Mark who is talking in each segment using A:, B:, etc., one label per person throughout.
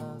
A: 嗯，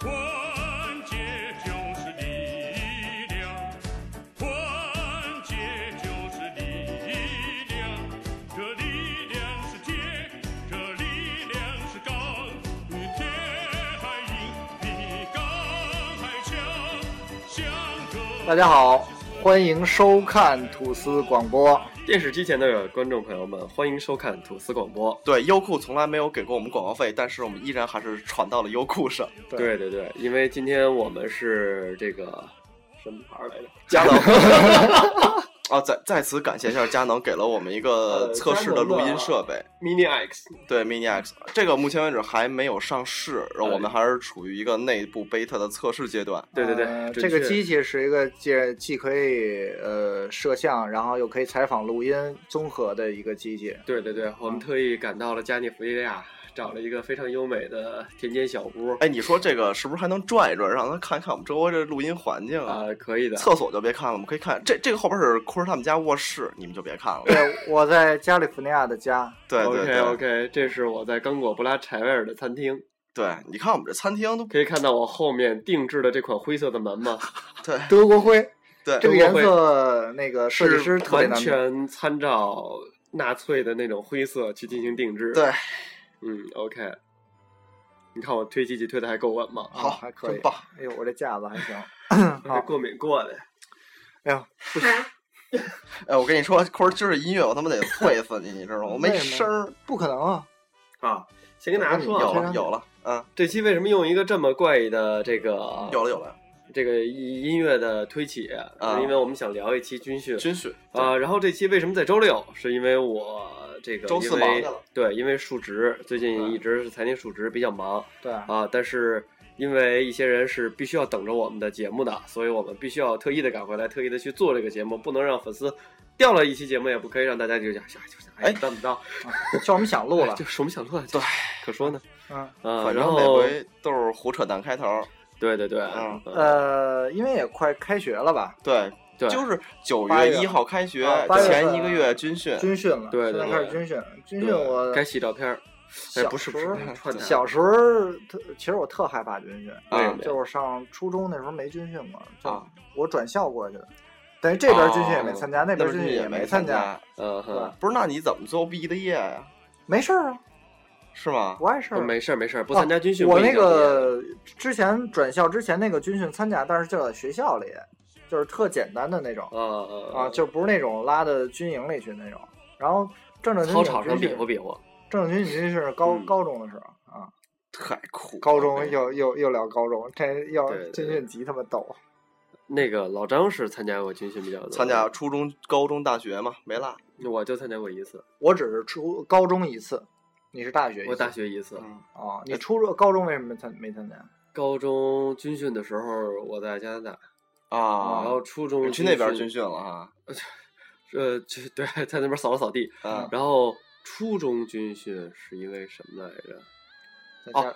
B: 团结就是力量，团结就是力量，这力量是铁，这力量是钢，比铁还硬，比钢还强，向着。
C: 大家好，欢迎收看吐司广播。
D: 电视机前的观众朋友们，欢迎收看吐司广播。
E: 对，优酷从来没有给过我们广告费，但是我们依然还是传到了优酷 上。
D: 对对对，因为今天我们是这个什么牌儿来着？
E: 佳能 啊，在在此感谢一下佳能给了我们一个
D: 呃
E: 测试的录音设备，
D: Mini X。
E: 对 Mini X，这个目前为止还没有上市，然后
D: 呃
E: 我们还是处于一个内部 beta 的测试阶段。
D: 对对对，
C: 呃这
D: 准
C: 个
D: 确
C: 机器是一个既既可以呃摄像，然后又可以采访录音综合的一个机器。
D: 对对对，我们特意赶到了加利福尼亚，找了一个非常优美的田间小屋。
E: 哎，你说这个是不是还能转一转，让他看一看我们周围这录音环境
D: 啊、？可以的。
E: 厕所就别看了，我们可以看这这个后边是坤儿他们家卧室，你们就别看 了。
C: 对，呃我在加利福尼亚的家，
E: 对对对
D: OK OK，这是我在刚果布拉柴维尔的餐厅，
E: 对，你看我们这餐厅都
D: 可以看到我后面定制的这款灰色的门吗？
E: 对
C: 德国灰
E: 对
C: 这个颜色，那个设计师
D: 是
C: 特别
D: 完
C: 难懂。
D: 全参照纳粹的那种灰色去进行定制。
E: 对，
D: 嗯，OK。你看我推机器推的还够稳吗？
E: 好，
C: 啊还可以
E: 真棒。
C: 哎呦，我这架子还行。
D: 还 过敏过的。
C: 哎呦，
E: 哎，我跟你说，坤儿今儿这音乐我他妈得会死你，你知道吗？我没
C: 为什么
E: 声儿。
C: 不可能啊！
D: 啊，先跟大家说
E: 有
D: 啊，
E: 了有了，嗯，
D: 这期为什么用一个这么怪异的这个
E: 有了有了，啊
D: 这个音乐的推起？是因为我们想聊一期军训
E: 军训
D: 啊、然后这期为什么在周六？是因为我这个
E: 周四
D: 因为
E: 忙去了
D: 对，因为述职最近一直是财经述职比较忙
C: 对啊，
D: 啊，但是。因为一些人是必须要等着我们的节目的，所以我们必须要特意的赶回来，特意的去做这个节目，不能让粉丝掉了一期节目，也不可以让大家就想想就想哎
E: 哎
D: 怎么着
C: 就我们想录了
D: 就。什么想做对，可说呢
C: 嗯，
D: 啊，
E: 反
D: 然
E: 正
D: 后
E: 每回都是胡扯淡开头儿。
D: 对对对，
E: 嗯
D: 呃，
C: 呃，因为也快开学了吧？
E: 对，
D: 对，
E: 就是九
C: 八
E: 月
C: 月
E: 一号开学
C: 啊八月
E: 前
C: 份
E: 一个月军训，
C: 军训了，
D: 对对
C: 现在开始
D: 对
C: 军训了。军
D: 对
C: 训我
D: 该洗照片儿，哎，
C: 小
D: 不是不
C: 时
D: 是
C: 候，
D: 串台
C: 小时候特，其实我特害怕军训，
D: 为什
E: 啊
D: 么呀？
C: 就是上初中那时候没军训过，
E: 啊
C: 就我转校过去的，等于这边军训也没参加，那
E: 那
C: 边
E: 不
C: 军
E: 是
C: 训
E: 也
C: 没
E: 参
C: 加，，
D: 嗯哼，
E: 不是？那你怎么最后毕的业呀？
C: 没事儿啊，
E: 是哦吗
C: 不？碍事儿。啊
D: 没事儿没事儿，不参加军训不
C: 我
D: 影响
C: 那
D: 你的，
C: 个之前转校之前那个军训参加，但是就在学校里，就是特简单的那种
D: 啊啊
C: 啊，就不是那种拉到军营里去那种。然后正正经
D: 操
C: 经
D: 场上
C: 军
D: 比
C: 训
D: 划比划，
C: 正经军训是高
D: 嗯
C: 高中的时候啊，
E: 太酷了！
C: 高中又又又聊高中，这要
D: 对对
C: 军训极他妈逗。
D: 那个老张是参加过军训比较多，
E: 参加，初中、高中、大学嘛，没落。
D: 我就参加过一次，
C: 我只是初高中一次，你是大学一次。
D: 我大学一次，
E: 嗯，
C: 哦，你初中高中为什么没参没参加？
D: 高中军训的时候我在加拿大，
C: 哦
D: 然
E: 啊，
D: 后初中
E: 你去那边军
D: 军，
E: 训了哈？
D: 呃，去对，在那边扫了扫地，
E: 嗯，
D: 然后初中军训是因为什么来着？
C: 在家、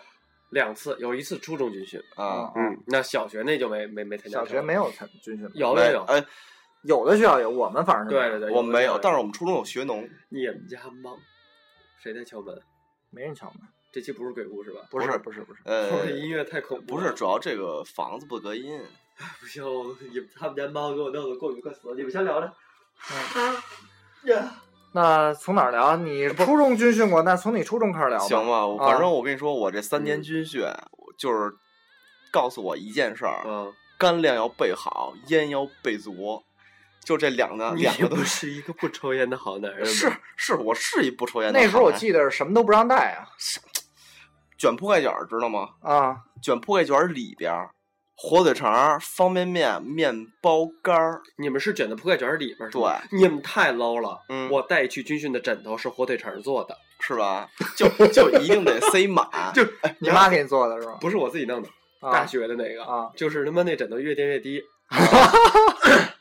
D: 两次，有一次初中军训，
E: 啊，
D: 嗯，那小学那就没没没参加
C: 小
D: 上，
C: 学没有参军训吗，
D: 有
E: 没
D: 有有，
E: 哎，
C: 有的学校有，我们反正是没有
D: 对对对，
E: 我们没有，但
D: 是
E: 是我们初中有学农，
D: 你们家猫，谁在敲门？
C: 没人敲门，
D: 这期不是鬼故事吧？
C: 不
E: 不是
C: 是不是不是，
E: 呃
D: 这，音乐太恐怖
E: 不
D: 了，
E: 是，主要这个房子不隔音。
D: 不行，我你们他们家猫给我弄得过敏，快死了！你们先聊着。
C: 嗯
D: 呀，
A: 那从哪儿聊？你初中军训过，那从你初中开始聊吧。
E: 行吧，我
A: 啊
E: 反正我跟你说，我这三年
D: 嗯
E: 军训我就是告诉我一件事儿：
D: 嗯，
E: 干粮要备好，烟要备足。就这两个，
D: 啊你
E: 两
D: 也
E: 个都
D: 不是一个不抽烟的好男人。
E: 是， 是，我是一不抽烟的
A: 那
E: 好男人。
A: 时候我记得是什么都不让带啊
E: 卷铺盖卷儿，知道吗？
A: 啊！
E: 卷铺盖卷儿里边儿火腿肠儿、方便面、面包干儿，
D: 你们是卷在铺盖卷里边儿是吧？
E: 对
D: 你们太 low 了。
E: 嗯
D: 我带去军训的枕头是火腿肠做的，
E: 是吧？ 就就一定得塞满。
D: 就
A: 你妈给你做的是吧？
D: 不是我自己弄的，
A: 啊
D: 大学的那个
A: 啊，
D: 就是他妈那枕头越垫 越低。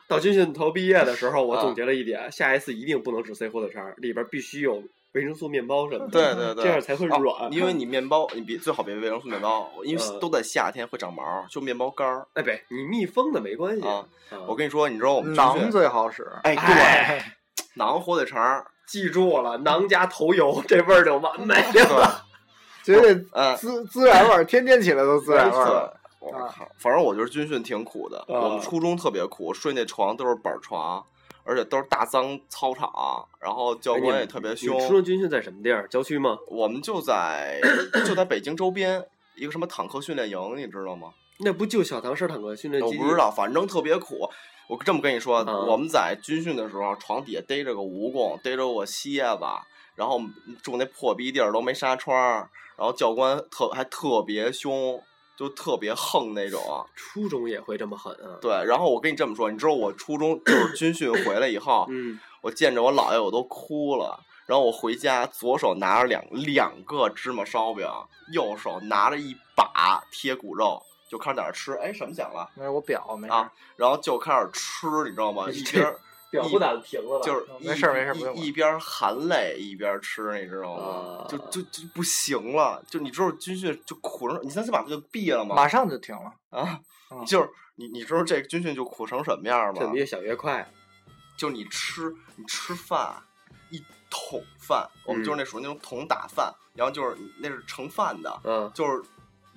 D: 到军训头毕业的时候，
E: 嗯
D: 我总结了一点：下一次一定不能只塞火腿肠，里边必须有维生素面包什么
E: 对
D: 的，
E: 对对，
D: 这样才会
E: 哦
D: 软。
E: 因为你面包，你别最好别为人素面包，因为
D: 嗯
E: 都在夏天会长毛儿，就面包干儿
D: 哎，别你密封的没关系。
E: 啊。
D: 啊
E: 我跟你说，你知道我们军训
A: 馕最好使，
E: 哎，对，馕火腿肠 儿，
D: 记住了，馕加头油，这味儿就完美
E: 对，
D: 了。
A: 绝对
E: 嗯，
A: 孜孜然味儿，天天起来都孜然味
E: 对
A: 儿。，
E: 我
A: 啊
E: 靠，反正我觉得军训挺苦的，我
D: 啊
E: 们初中特别苦，睡那床都是板床，而且都是大脏操场，然后教
D: 哎你
E: 官
D: 们
E: 也特别
D: 你
E: 凶。
D: 初中军训在什么地儿？郊区吗？
E: 我们就在就在北京周边一个什么坦克训练营，你知道吗？
D: 那不就小唐式坦克训练
E: 我
D: 基地？
E: 不知道，反正特别苦。我这么跟你说，
D: 啊
E: 我们在军训的时候，床底下逮着个蜈蚣，逮着个蝎子，然后住那破逼地儿都没纱窗，然后教官特还特别凶，就特别横那种。啊
D: 初中也会这么狠啊？，
E: 对，然后我跟你这么说，你知道我初中就是 军训回来以后
D: 嗯，
E: 我见着我姥爷我都哭了。然后我回家，左手拿着两两个芝麻烧饼，右手拿着一把贴骨肉，就开始在那儿吃。哎，什么响了？
A: 那是我表，没事儿
E: 啊，然后就开始吃，你知道 吗？
D: 你
E: 一
D: 这
E: 边儿
D: 表不打停了吧？
E: 就是
A: 嗯
E: 一
A: 没事儿没事儿不用
E: 一
A: 管
E: 一边儿含泪一边儿吃，你知道吗
D: 啊？
E: 就就就不行了，就你知道军训就苦成，你上次把这就毙了吗
A: 马？上就停了。
E: 啊
A: 嗯，
E: 就是你你知道这个军训就苦成什么样儿吗？
D: 怎么越想越快？
E: 就是你吃你吃饭一桶饭，我们就是那属于那种桶打饭，然后就是那是盛饭的，
D: 嗯，
E: 就是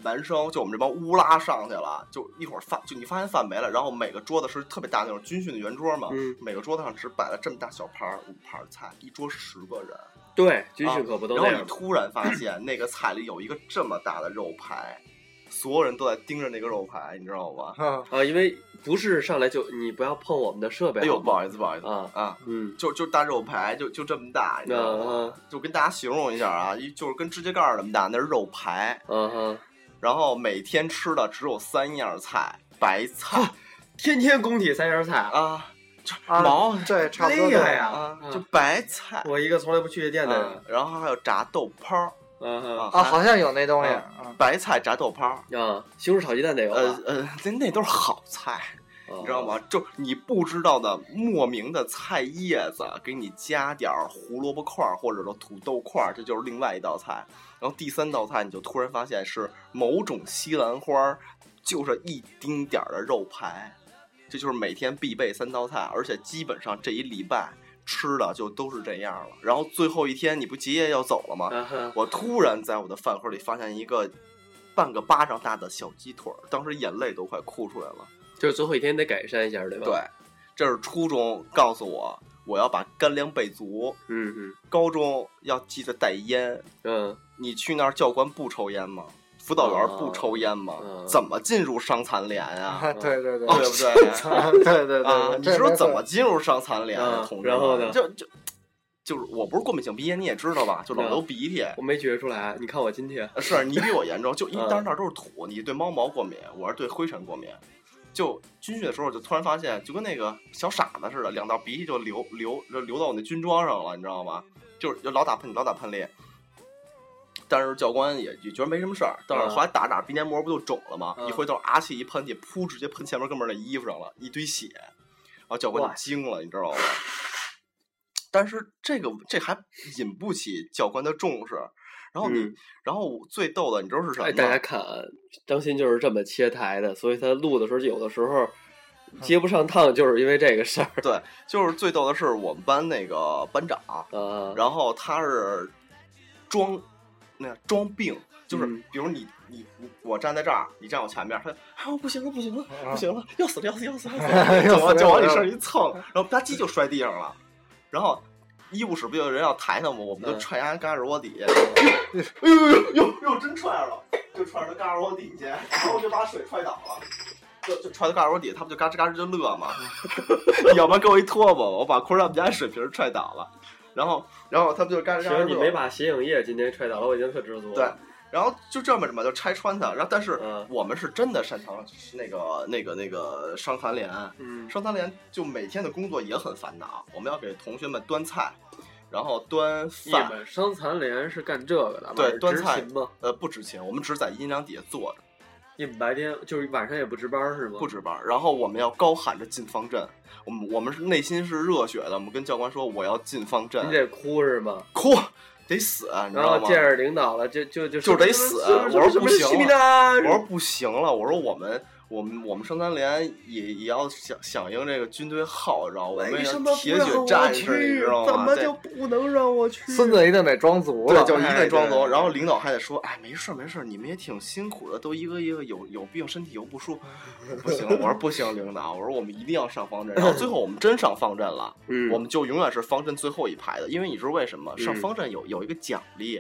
E: 男生就我们这帮乌拉上去了，就一会儿饭就你发现饭没了，然后每个桌子是特别大那种军训的圆桌嘛，
D: 嗯
E: 每个桌子上只摆了这么大小盘儿五盘儿菜，一桌十个人，
D: 对，军
E: 啊
D: 训可不都
E: 然
D: 那
E: 后
D: 样
E: 你
D: 吗？
E: 突然发现那个菜里有一个这么大的肉排，所有人都在盯着那个肉排，你知道吗？
A: 哼
D: 啊，因为不是上来就你不要碰我们的设备。
E: 哎呦，不
D: 吧？
E: 好意思，不好意思
D: 啊
E: 啊，
D: 嗯，
E: 就就大肉排，就就这么大，你知
D: 那
E: 道吗？
D: 啊
E: 就跟大家形容一下啊，一就是跟指甲盖儿那么大，那是肉排。
D: 啊哈，
E: 然后每天吃的只有三样菜，白菜
D: 天天工体三样菜，
E: 啊，就
A: 啊
E: 毛
A: 对，差不多
D: 哦厉害
A: 对
D: 呀
E: 啊
D: 啊，
E: 就白菜，
D: 我一个从来不去夜店的
E: 嗯
D: 人。
E: 然后还有炸豆泡儿，
D: 啊哈
A: 啊，
E: 啊
A: 好像有那
D: 哦
A: 东西
E: 啊
D: 嗯
A: 啊。
E: 白菜炸豆泡儿。
D: 啊，西红柿炒鸡蛋得有吧
E: 呃，呃，那那都是好菜，
D: 啊
E: 你知道？吗？就你不知道的莫名的菜叶子，给你加点儿胡萝卜块儿或者说土豆块儿，这就是另外一道菜。然后第三道菜，你就突然发现是某种西兰花儿，就是一丁点儿的肉排，这就是每天必备三道菜，而且基本上这一礼拜吃的就都是这样了。然后最后一天，你不结业要走了吗？
D: 啊哈，
E: 我突然在我的饭盒里发现一个半个巴掌大的小鸡腿儿，当时眼泪都快哭出来了。
D: 就是最后一天得改善一下，对吧？
E: 对，，这是初中告诉我，我要把干粮备足。
D: 嗯嗯
E: 高中要记得带烟。
D: 嗯，
E: 你去那儿教官不抽烟吗？辅导员不抽烟吗？
D: 嗯
E: 怎么进入伤残联 啊？
A: 啊对对
E: 对
A: 对，
E: 不对？
A: 对对对
E: 啊
A: 对，，
E: 你
A: 这
E: 说
A: 没
E: 怎
A: 错
E: 么进入伤残联啊
D: 嗯，
E: 同志们？
D: 然后呢
E: 就就就是我不是过敏性鼻炎，你也知道吧？就老流鼻涕。
D: 我没觉出来，你看我今天，
E: 是你比我严重，就因为
D: 嗯
E: 当时那儿都是土，你对猫毛过敏，我是对灰尘过敏。就军训的时候，就突然发现，就跟那个小傻子似的，两道鼻涕就流流就流到我那军装上了，你知道吗？就是就老打喷嚏，老打喷嚏。但是教官也也觉得没什么事儿，但是
D: 嗯
E: 后来打着打着鼻黏膜不就肿了吗？
D: 嗯
E: 一回头啊气一喷嚏，噗，直接喷前面哥们儿那衣服上了，一堆血，然后教官
D: 哇
E: 就惊了，你知道吗？但是这个这还引不起教官的重视，然后你
D: 嗯，
E: 然后我最逗的，你知道是什么
D: 哎，
E: 吗？
D: 大家看啊，张鑫就是这么切台的，所以他录的时候有的时候接不上趟，就是因为这个事儿
E: 对，就是最逗的是我们班那个班长，
D: 啊。
E: 然后他是装那装病，就是
D: 嗯
E: 比如你你你我站在这儿，你站我前面，他哎我不行了不行了不行了，要死了要死了要死了
A: 要
E: 要死
A: 死了
E: 了，就往
A: 要
E: 你
A: 死
E: 身
A: 了
E: 上一蹭，然后吧唧就摔地上了，然后医务室不就有人要抬他吗？我们就
D: 嗯
E: 踹他胳肢窝底下，哎呦呦呦呦呦，真踹着了，就踹着他胳肢窝底下，然后就把水踹倒了。就就踹到胳肢窝底，下，他不就嘎吱嘎吱就乐嘛？ 要不然给我一拖把，我把坤儿他们家水瓶踹倒了，然后然后他们就嘎吱
D: 只
E: 嘎
D: 要
E: 吱乐。
D: 你没把斜影夜今天踹倒了，我已经特知足了。
E: 对，然后就这么着嘛，就拆穿他。然后但是
D: 嗯
E: 我们是真的擅长那个那个那个伤残联，
D: 嗯，
E: 伤残联就每天的工作也很烦恼，我们要给同学们端菜，然后端
D: 你
E: 饭，
D: 们伤残联是干这个的，
E: 对
D: 晚上
E: 端
D: 执
E: 菜
D: 勤吗？
E: 呃，不值钱，我们只在阴凉底下坐着，
D: 你们白天就是晚上也不值班是吗？
E: 不值班。然后我们要高喊着进方阵，我们我们是内心是热血的，我们跟教官说我要进方阵
D: 你，得哭是吗？
E: 哭得死，啊你知
D: 然
E: 道
D: 后
E: 吗？
D: 见着领导了，就就就
E: 就得死
D: 是是
E: 我说
D: 是
E: 不
D: 是
E: 行
D: 西米
E: 了
D: 达
E: 我说不行了，我说我们我们我们生残联也也要响响应这个军队号召，我们
D: 为
E: 也
D: 什
E: 是
D: 么
E: 铁
D: 哎不让
E: 血
D: 我
E: 战
D: 去
E: 士，你知道吗？
D: 怎么
E: 对
D: 就不能让我去？
A: 孙子一定得装足
E: 对，
A: 了，
E: 就一
D: 哎
E: 顿装
D: 对
E: 聋，然后领导还得说，哎，没事儿没事儿，你们也挺辛苦的，都一个一个有有病，身体有不舒服， 不行，我说不行，领导，我说我们一定要上方阵，然后最后我们真上方阵了，
D: 嗯，
E: 我们就永远是方阵最后一排的，因为你知道为什么？上
D: 嗯
E: 方阵有有一个奖励，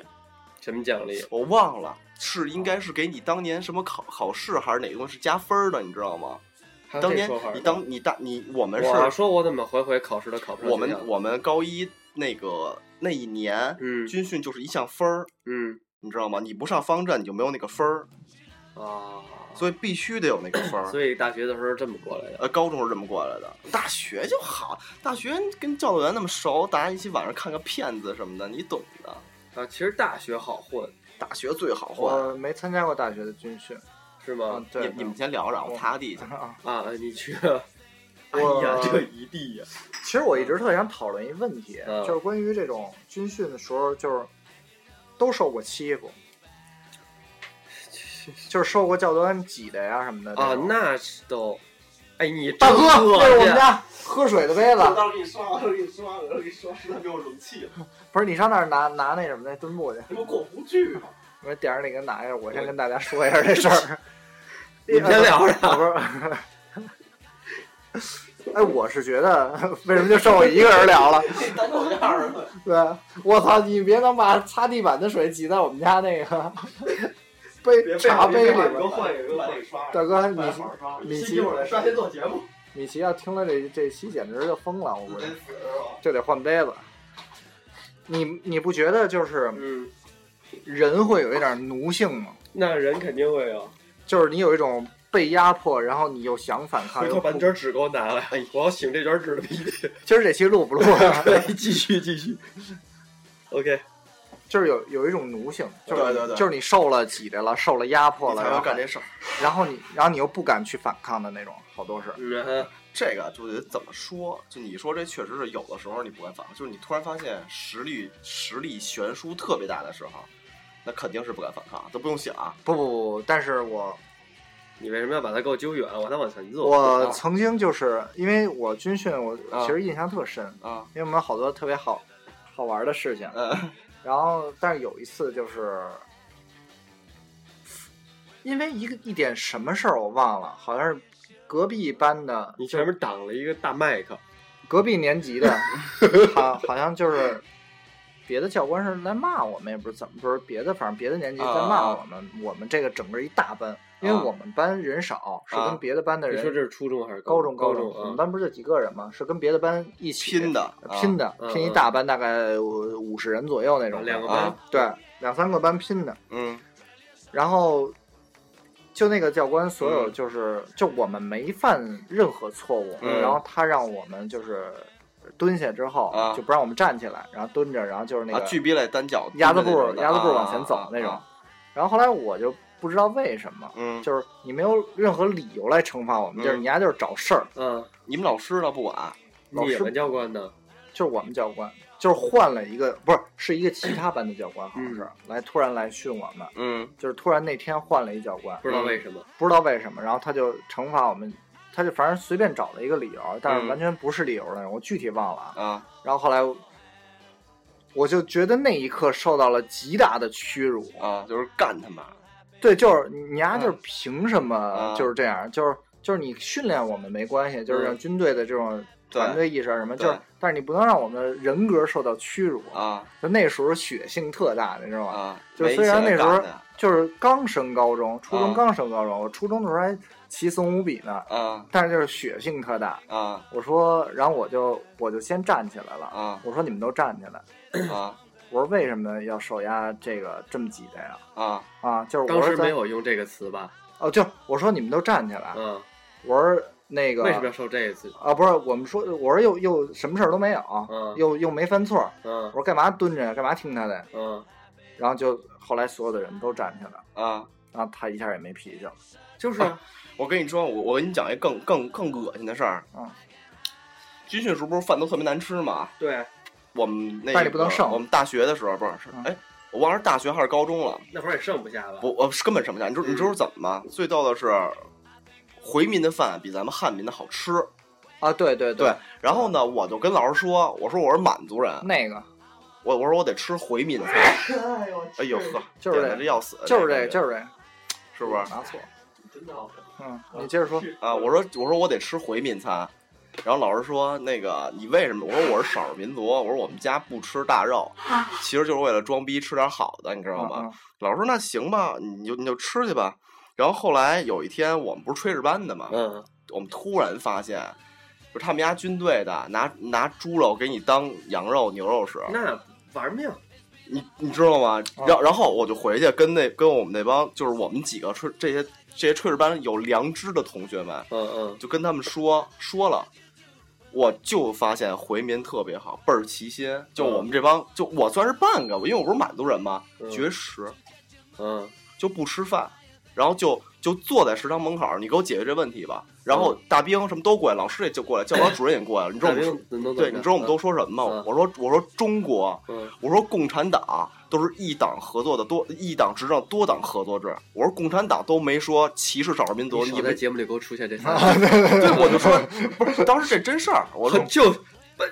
D: 什么奖励？
E: 我忘了。是应该是给你当年什么考考试还是哪个东西是加分儿的，你知道吗？
D: 还有
E: 当
D: 这
E: 年
D: 说法儿
E: 你
D: 呢
E: 当你大你我们
D: 我啊
E: 是
D: 说我怎么回回考试都考不上
E: 我
D: 学
E: 们
D: 校
E: 我们高一那个那一年
D: 嗯
E: 军训就是一项分儿，
D: 嗯
E: 你知道吗？你不上方阵你就没有那个分儿，
D: 啊，
E: 所以必须得有那个分儿。
D: 所以大学的时候这么过来的。
E: 呃，高中是这么过来的，大学就好，大学跟教导员那么熟，大家一起晚上看个片子什么的，你懂的。
D: 啊，其实大学好混
E: 大学最好混，
A: 我没参加过大学的军训
D: 是
A: 啊
D: 吗？，
E: 你
A: 对，
E: 你们先聊着，我擦个地去。
A: 啊，
D: 啊，你去，哎
A: 我
D: 呀，这一地呀，
A: 其实我一直特想讨论一问题，
D: 嗯
A: 就是关于这种军训的时候，就是都受过欺负，就是受过教导员挤的呀什么的
D: 啊
A: 这，种
D: 那是都，哎，你
A: 大哥，
D: 真
A: 这是我们
D: 恶啊
A: 家喝水的杯子，
E: 时候给你刷，我给你刷，我给你刷，实在没有容器了，
A: 不是你上那儿拿拿那什么那墩布去，
E: 你们过不去吗？
A: 我说点儿你给拿一下，我先跟大家说一下这事儿。
D: 你先聊着
A: 啊，不是。哎，我是觉得为什么就剩我一个人聊了？
E: 单口相声，
A: 对，我操，你别能把擦地板的水挤在我们家那个杯茶杯里边。
E: 换一个，把这刷
A: 大哥，米奇，
E: 刷
A: 米奇一会儿再
E: 刷先做节目，
A: 米奇要听了这这期简直就疯了，我估计
E: 死是吧？
A: 就得换杯子。你你不觉得就是
D: 嗯，
A: 人会有一点奴性吗？
D: 那人肯定会有。
A: 就是你有一种被压迫，然后你又想反抗，
D: 回
A: 又
D: 头把
A: 不
D: 你卷纸给我拿来， 我要擤这卷纸的鼻涕。
A: 今儿这期录不录啊？
D: 对，继续继续。OK，
A: 就是有有一种奴性，就是
E: 对对对
A: 就是你受了挤兑了，受了压迫
E: 你才
A: 了，然
E: 要
A: 后
E: 干这事儿。
A: 然后你然后你又不敢去反抗的那种，好多是。
D: 嗯，啊
E: 这个就得怎么说？就你说这确实是有的时候你不敢反抗，就是你突然发现实力实力悬殊特别大的时候，那肯定是不敢反抗，都不用想。啊
A: 不不不，但是我
D: 你为什么要把它给我揪远？我当我神 作。
A: 我
D: 啊
A: 曾经就是因为我军训，我
E: 啊
A: 其实印象特深，
E: 啊，
A: 因为我们有好多特别好好玩的事情。
E: 嗯
A: 然后，但是有一次就是因为一个一点什么事儿我忘了，好像是隔壁班的
D: 你前面挡了一个大麦克，
A: 隔壁年 级的，好好像就是别的教官是来骂我们，也不是怎么，不是别的，反正别的年级在骂我们。我们这个整个一大班，因为
E: 啊
A: 我们班人少，是跟别的班的
D: 你
A: 人。
D: 说这是初中还是
A: 高中
D: 中？高
A: 中，我们
D: 啊。
A: 班不是就几个人吗？是跟别的班一起
E: 嗯拼的啊
A: 拼的，
D: 嗯
A: 拼一大班，大概五十人左右那种。
D: 两个
E: 啊
D: 班，
A: 对，两三个班拼的。
E: 嗯
A: 然后就那个教官，所有就是、就我们没犯任何错误，
E: 嗯
A: 然后他让我们就是蹲下之后、
E: 啊
A: 就不让我们站起来，然后蹲着，然后就是那
E: 啊，
A: 个
E: 巨逼类单脚
A: 鸭子
E: 蹲
A: 步、
E: 着那种的
A: 鸭子步往前走那种。
E: 啊啊啊
A: 然后后来我就不知道为什么。
E: 嗯，
A: 就是你没有任何理由来惩罚我们，
E: 嗯
A: 就是你丫就是找事儿，
D: 嗯，
E: 你们老师倒不管，
A: 老
D: 你
A: 师
D: 们教官呢？
A: 就是我们教官，就是换了一个，不是是一个其他班的教官，好像是来突然来训我们，
E: 嗯
A: 就是突然那天换了一教官，
D: 不知道为什么。
A: 不知道为什么，然后他就惩罚我们，他就反正随便找了一个理由，但
E: 嗯
A: 是完全不是理由的那种，我具体忘了啊。
E: 啊，
A: 然后后来我我就觉得那一刻受到了极大的屈辱，
E: 啊，就是干他妈！
A: 对，就是你丫就是凭什么
E: 啊嗯
A: 就是这样，就是就是你训练我们没关系，就是让军队的这种团队意识啊什么，就是
E: 对，
A: 但是你不能让我们的人格受到屈辱。
E: 啊
A: 就那时候血性特大，你知道吗？
E: 啊！
A: 就
E: 没
A: 虽然那
E: 钱
A: 时候
E: 干的
A: 就是刚升高中，初中
E: 啊
A: 刚升高中，我初中的时候还奇怂无比呢，
E: 啊
A: 但是就是血性特大。
E: 啊
A: 我说，然后我就我就先站起来了，
E: 啊
A: 我说你们都站起来。
E: 啊
A: 我说为什么要手压这个这么挤的呀？
E: 啊！
A: 啊，就是我
D: 当
A: 说
D: 时
A: 咱
D: 没有用这个词吧？
A: 哦，就我说你们都站起来，
D: 嗯，
A: 我说那个
D: 为什么要受这一次？
A: 啊？不是，我们说我说又又什么事儿都没有，
D: 嗯
A: 又又没犯错，我
D: 嗯
A: 说干嘛蹲着呀？干嘛听他的呀？
D: 嗯，
A: 然后就后来所有的人都站起来了，
E: 啊！
A: 然后他一下也没脾气了。
D: 就是啊，
E: 我跟你说，我我跟你讲一更更更恶心的事儿。
A: 嗯，
E: 军训时候不是饭都特别难吃吗？
D: 对，
E: 我们那
A: 但是你不能
E: 个
A: 剩
E: 我们大学的时候不是是
A: 嗯
E: 哎，我忘了是大学还是高中了。
D: 那会儿也剩不下吧？
E: 我我是根本上不下。你知道你知道是怎么吗？最逗的是，回民的饭比咱们汉民的好吃。
A: 啊，对对
E: 对，然后呢，我就跟老师说，我说我是满族人，
A: 那个
E: 我我说我得吃回民的菜。 哎呦呵，
A: 就是
E: 点的
A: 这
E: 这要死，
A: 就是
E: 这
A: 这，
E: 个
A: 就是这，
E: 是不是？
A: 拿错了。
D: 真的好
A: 嗯，你接着说。
E: 啊，我说我说我得吃回民餐，然后老师说那个你为什么？我说我是少数民族，我说我们家不吃大肉，其实就是为了装逼吃点好的，你知道吗？
A: 嗯
E: 老师说那行吧，你就你就吃去吧。然后后来有一天我们不是炊事班的嘛，
D: 嗯，
E: 我们突然发现，就是他们家军队的拿拿猪肉给你当羊肉、牛肉吃，
D: 那玩命，
E: 你你知道吗？
A: 啊
E: 然后然后我就回去跟那跟我们那帮就是我们几个炊这些这些炊事班有良知的同学们。
D: 嗯嗯，
E: 就跟他们说说了，我就发现回民特别好，倍儿齐心。就我们这帮，就我算是半个，因为我不是满族人嘛，
D: 嗯
E: 绝食
D: 嗯，
E: 就不吃饭，然后就就坐在食堂门口，你给我解决这问题吧。然
D: 嗯
E: 后大兵什么都过来，老师也就过来， 教导主任也过来了。你知道我们说
D: 你能
E: 对，你知道我们都说什么吗
D: 嗯？
E: 我说我说中国，
D: 嗯
E: 我说共产党都是一党合作的多一党执政多党合作制，我说共产党都没说歧视少数民族，
D: 你
E: 你
D: 在
E: 们啊
D: 节目里给我出 现这仨，
E: 对，我就说不是，当时这真事儿， 我说
D: 就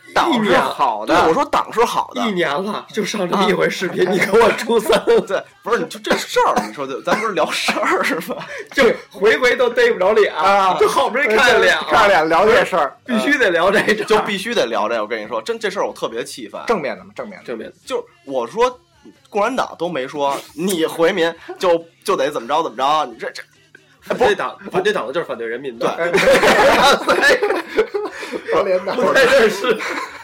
D: 一
E: 党是
D: 年
E: 好的，对我说啊党是好的
D: 一，年了，就上这么一回视频，你给我出三个，
E: 对，不是你就这事儿，你说对，咱不是聊事儿是吧？
D: 就回回都逮不着脸
A: 啊
D: 就好不容易
A: 对
D: 看
A: 对
D: 脸了，
A: 看脸聊这事儿，
D: 必须得聊这个，
E: 呃就必须得聊这个，我跟你说，真这事儿我特别气愤，
A: 正面的嘛，正面的。
D: 正面
E: 就是我说共产党都没说你回民就就得怎么着怎么着，你这这
D: 反对党，反对党的就是反对人民的，
E: 哎对，
A: 榴莲的，
D: 不在这是，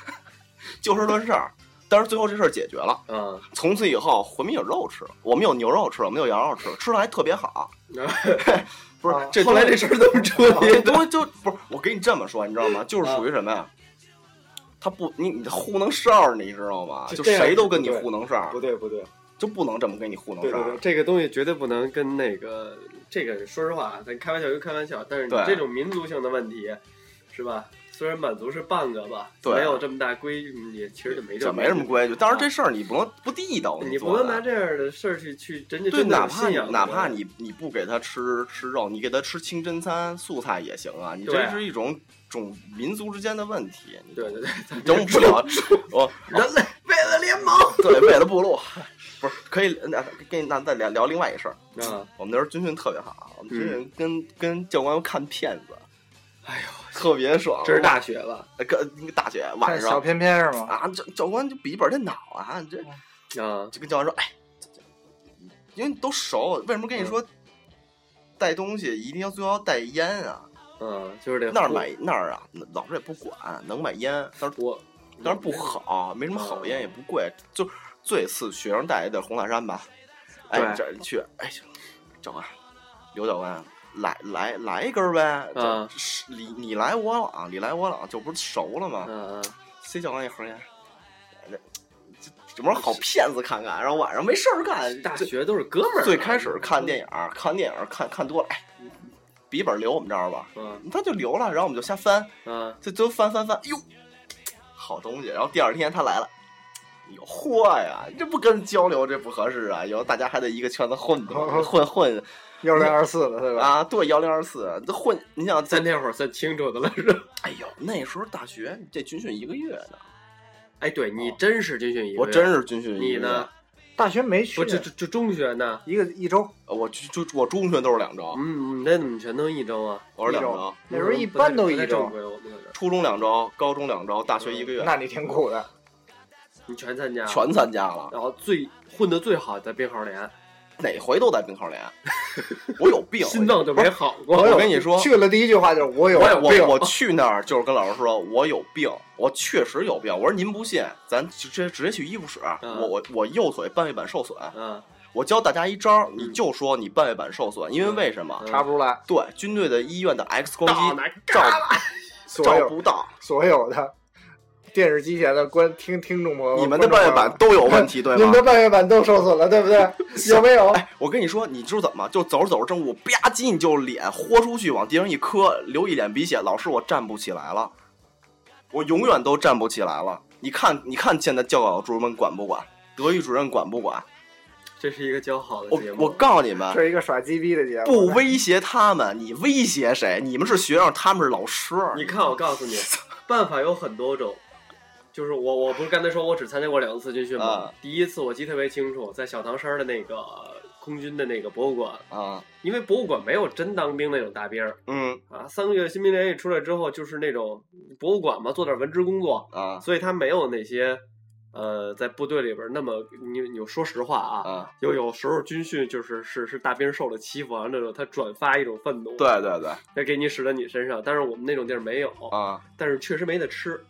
E: 就事论事儿。但是最后这事儿解决了，
D: 嗯，
E: 从此以后回民有肉吃，我们有牛肉吃，我们有羊肉吃，吃的还特别 好。不是，
A: 啊
E: 这
D: 啊后来
E: 东西
D: 这事儿怎么处
E: 这
D: 理的？啊
E: 东西就不是我跟你这么说，你知道吗？就是属于什么呀？他不，你你糊弄事儿，你知道吗？
D: 就
E: 就
D: 这样
E: 谁都跟
D: 不
E: 你
D: 对
E: 糊弄事儿，
D: 对不对，
E: 就不能这么跟你糊弄
D: 对
E: 事
D: 对对，
E: 儿。
D: 这个东西绝对不能跟那个这个，说实话，啊咱开玩笑归开玩笑，但是你
E: 对
D: 这种民族性的问题，是吧？虽然满族是半个吧，
E: 对
D: 没有这么大规矩，其实就没这啊
E: 这没什么规矩，但是这事儿你不能不地道，
D: 你不
E: 做
D: 能
E: 的
D: 拿这样的事儿去去人家
E: 对，
D: 真的有
E: 哪怕
D: 信
E: 你
D: 仰的
E: 哪怕你你不给他吃吃肉，你给他吃清真餐素菜也行啊。你
D: 对
E: 这
D: 啊
E: 是一种种民族之间的问题，你
D: 对对 对，
E: 你整不了。 我
D: 人类为了联 盟
E: 对，为了部落， 不是可以那跟你那再聊聊另外一事儿。
D: 啊，
E: 我们那时候军训特别好啊，我们军训跟、跟教官看片子，哎呦，特别爽。
D: 这是大学吧？
E: 呃跟那个大学
A: 看
E: 晚
A: 小
E: 上
A: 偏偏是吗？
E: 啊，教教官就比一本电脑啊，这
D: 啊，
E: 就跟教官说，哎，这这因为你都熟，为什么跟你说、带东西一定要最好带烟啊？
D: 嗯，就是得
E: 那儿买那儿啊，老师也不管，能买烟，但是
D: 我，
E: 但是不好，没什么好烟，也不贵，就最次学生带也得红塔山吧。哎，
D: 对
E: 这去，哎，教官，刘教官，来来来一根儿呗，
D: 嗯
E: 就是你你来我往，你来我往，就不是熟了吗？
D: 嗯，嗯
E: 谁教官一盒烟？哎这这这帮好骗子看看，然后晚上没事儿干。
D: 大
E: 这
D: 学都啊是哥们儿。
E: 最开始看电影儿，看电影儿看看多了，哎，笔记本留我们这儿吧，
D: 嗯，
E: 他就留了，然后我们就瞎翻，
D: 嗯
E: 就就翻翻翻，哎呦，好东西。然后第二天他来了。有货呀！你这不跟人交流，这不合适啊！以后大家还得一个圈子混混混混
A: 幺零二四的，对吧？
E: 啊！对，幺零二四，这混，你想在
D: 咱那会儿算清楚的了，是吧？
E: 哎呦，那时候大学这军训一个月呢，
D: 哎，对你真是军训一个月，
E: 哦我真是军训一个
D: 你
E: 月。
D: 呢？
A: 大学没去
D: 不，，这这这中学呢？嗯
A: 一个一周，
E: 呃我就就我中学都是两周，
D: 嗯，你那怎么全都一周啊？
E: 我是两
A: 一周
E: 周，
A: 那时候一般都一
D: 不太正
A: 周，
D: 规，我们可是
E: 初中两周，高中两周，大学一个月，
A: 那你挺苦的。
D: 你全参加，
E: 全哎参加了，
D: 然后最混的最好在编号连，
E: 哪回都在冰口连。 我有病，
D: 心脏就没好过。
E: 我
A: 有
E: 跟你说
A: 去了第一句话就是我有
E: 我也
A: 病
E: 我我去那儿就是跟老师说，我有病，我确实有病。我说您不信，咱直接直接去医务室。
D: 嗯
E: 我我我右腿半月板受损，
D: 嗯，
E: 我教大家一招儿，你就说你半月板受损，因为为什么？
D: 嗯
A: 查不出来，
E: 对，军队的医院的 X 光
D: 到哪
E: 机
D: 儿
E: 照
A: 所
E: 照
A: 有
E: 不到，
A: 所有的电视机前的观听听众朋友，
E: 你们的
A: 观
E: 半
A: 众
E: 月板都有
A: 朋友
E: 问题，对
A: 你们
E: 吗
A: 的？半月板都受损了，对不对？ 有没有？
E: 哎，我跟你说，你知道怎么吗？就走着走着正步，吧唧你就脸豁出去，往地上一磕，流一脸鼻血。老师，我站不起来了，我永远都站不起来了。你看，你看现在教导主任们管不管？德育主任管不管？
D: 这是一个较好的
E: 我
D: 节目。
E: 我告诉你们，
A: 这是一个耍鸡逼的节目，
E: 不威胁他们，你威胁谁？你们是学生，他们是老师。
D: 你看，我告 诉你，办法有很多种。就是我，我不是刚才说我只参加过两次军训吗？
E: 啊
D: 第一次我记得特别清楚，在小唐山儿的那个呃空军的那个博物馆，
E: 啊，
D: 因为博物馆没有真当兵那种大兵儿
E: 嗯
D: 啊。三个月新兵连役出来之后，就是那种博物馆嘛，做点文职工作，
E: 啊
D: 所以他没有那些呃在部队里边儿那么你你说实话啊，
E: 啊，
D: 就有时候军训就是是是大兵受了欺负，完了之后他转发一种愤怒，，
E: 对对对
D: 再给你使到你身上。但是我们那种地儿没有，
E: 啊
D: 但是确实没得吃。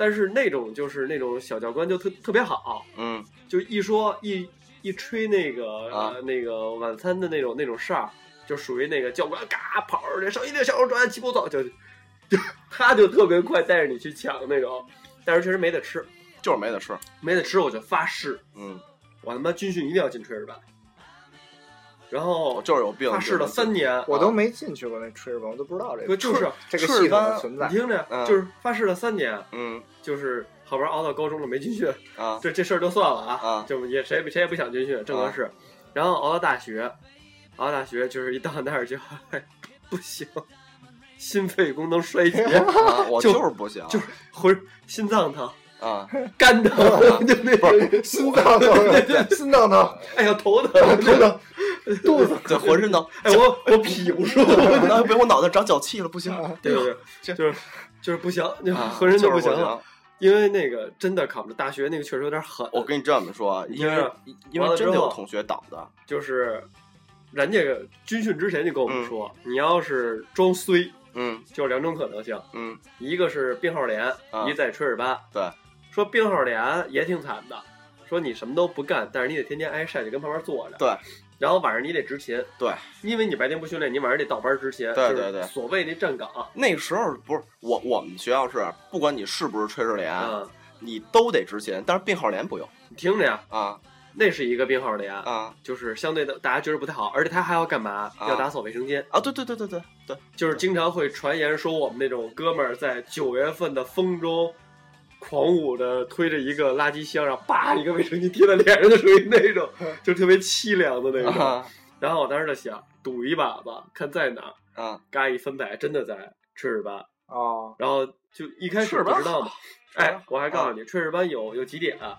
D: 但是那种就是那种小教官就特特别好，
E: 嗯
D: 就一说一一吹那个、
E: 啊
D: 呃那个晚餐的那种那种事儿，就属于那个教官嘎跑出去，手一定小手转起步走，就就他就特别快带着你去抢那种，但是确实没得吃，
E: 就是没得吃。
D: 没得吃我就发誓，
E: 嗯，
D: 我他妈军训一定要进炊事班，然后
E: 我就是有病。
D: 发誓了
E: 就是
D: 三年，
A: 我都没进去过那炊事班，我都不知道这
D: 哥
A: 个，
D: 就是
A: 这个
E: 炊
A: 系
E: 事
A: 统
E: 班
A: 的存在
D: 你。听着，
E: 嗯
D: 就是发誓了三年，
E: 嗯
D: 就是好不容易熬到高中了没军训，
E: 啊
D: 这这事儿就算了啊，
E: 啊
D: 就也谁也不谁也不想军训，正合适。然后熬到大学，熬到大学就是一到那儿就、哎、不行， 心肺功能衰竭，
E: 啊，我
D: 就
E: 就是不行，
D: 就是浑心脏疼、
E: 啊，
D: 肝疼，就那种，
A: 心 脏疼，心脏疼，
D: 哎呀头疼，头疼，
A: 肚子
E: 对，浑身疼。
D: 哎我我屁 股舒服，
E: 那别我脑袋长脚气了，不行，
D: 对对对，就是就是不行，就
E: 啊
D: 浑身
E: 就是不
D: 不行了，。因为那个真的扛不住，大学那个确实有点狠，
E: 我跟你这么说，因为哦因
D: 完了
E: 为
D: 之
E: 真
D: 后
E: 的有同学倒的，
D: 就是人家军训之前就跟我们说，你要是装衰，
E: 嗯
D: 就有两种可能性。
E: 嗯，啊
D: 一个是病号连，一在炊事班。
E: 对，
D: 说病号连也挺惨的，说你什么都不干，但是你得天天挨晒，就跟旁边坐着。
E: 对，
D: 然后晚上你得执勤。
E: 对，
D: 因为你白天不训练，你晚上得倒班执勤。
E: 对
D: 就是
E: 对对啊
D: 所谓那站岗。
E: 那时候不是我我们学校是，不管你是不是炊事连，
D: 嗯，
E: 你都得执勤，但是病号连不用
D: 你听着呀，
E: 啊
D: 那是一个病号连，
E: 啊
D: 就是相对的大家觉得不太好，而且他还要干嘛？
E: 啊
D: 要打扫卫生间。
E: 啊！对对对对对对，
D: 就是经常会传言说我们那种哥们儿在九月份的风中狂舞着，推着一个垃圾箱，然后叭一个卫生巾贴在脸上，就属于那种就特别凄凉的那种。
E: 啊
D: 然后我当时就想赌一把吧，看在哪儿，
E: 啊
D: 嘎一分百，真的在炊事班。
A: 哦，
D: 然后就一开始
E: 是
D: 不
E: 吧
D: 知道嘛，
E: 吧
D: 哎，我还告诉你，炊事班有有几点啊，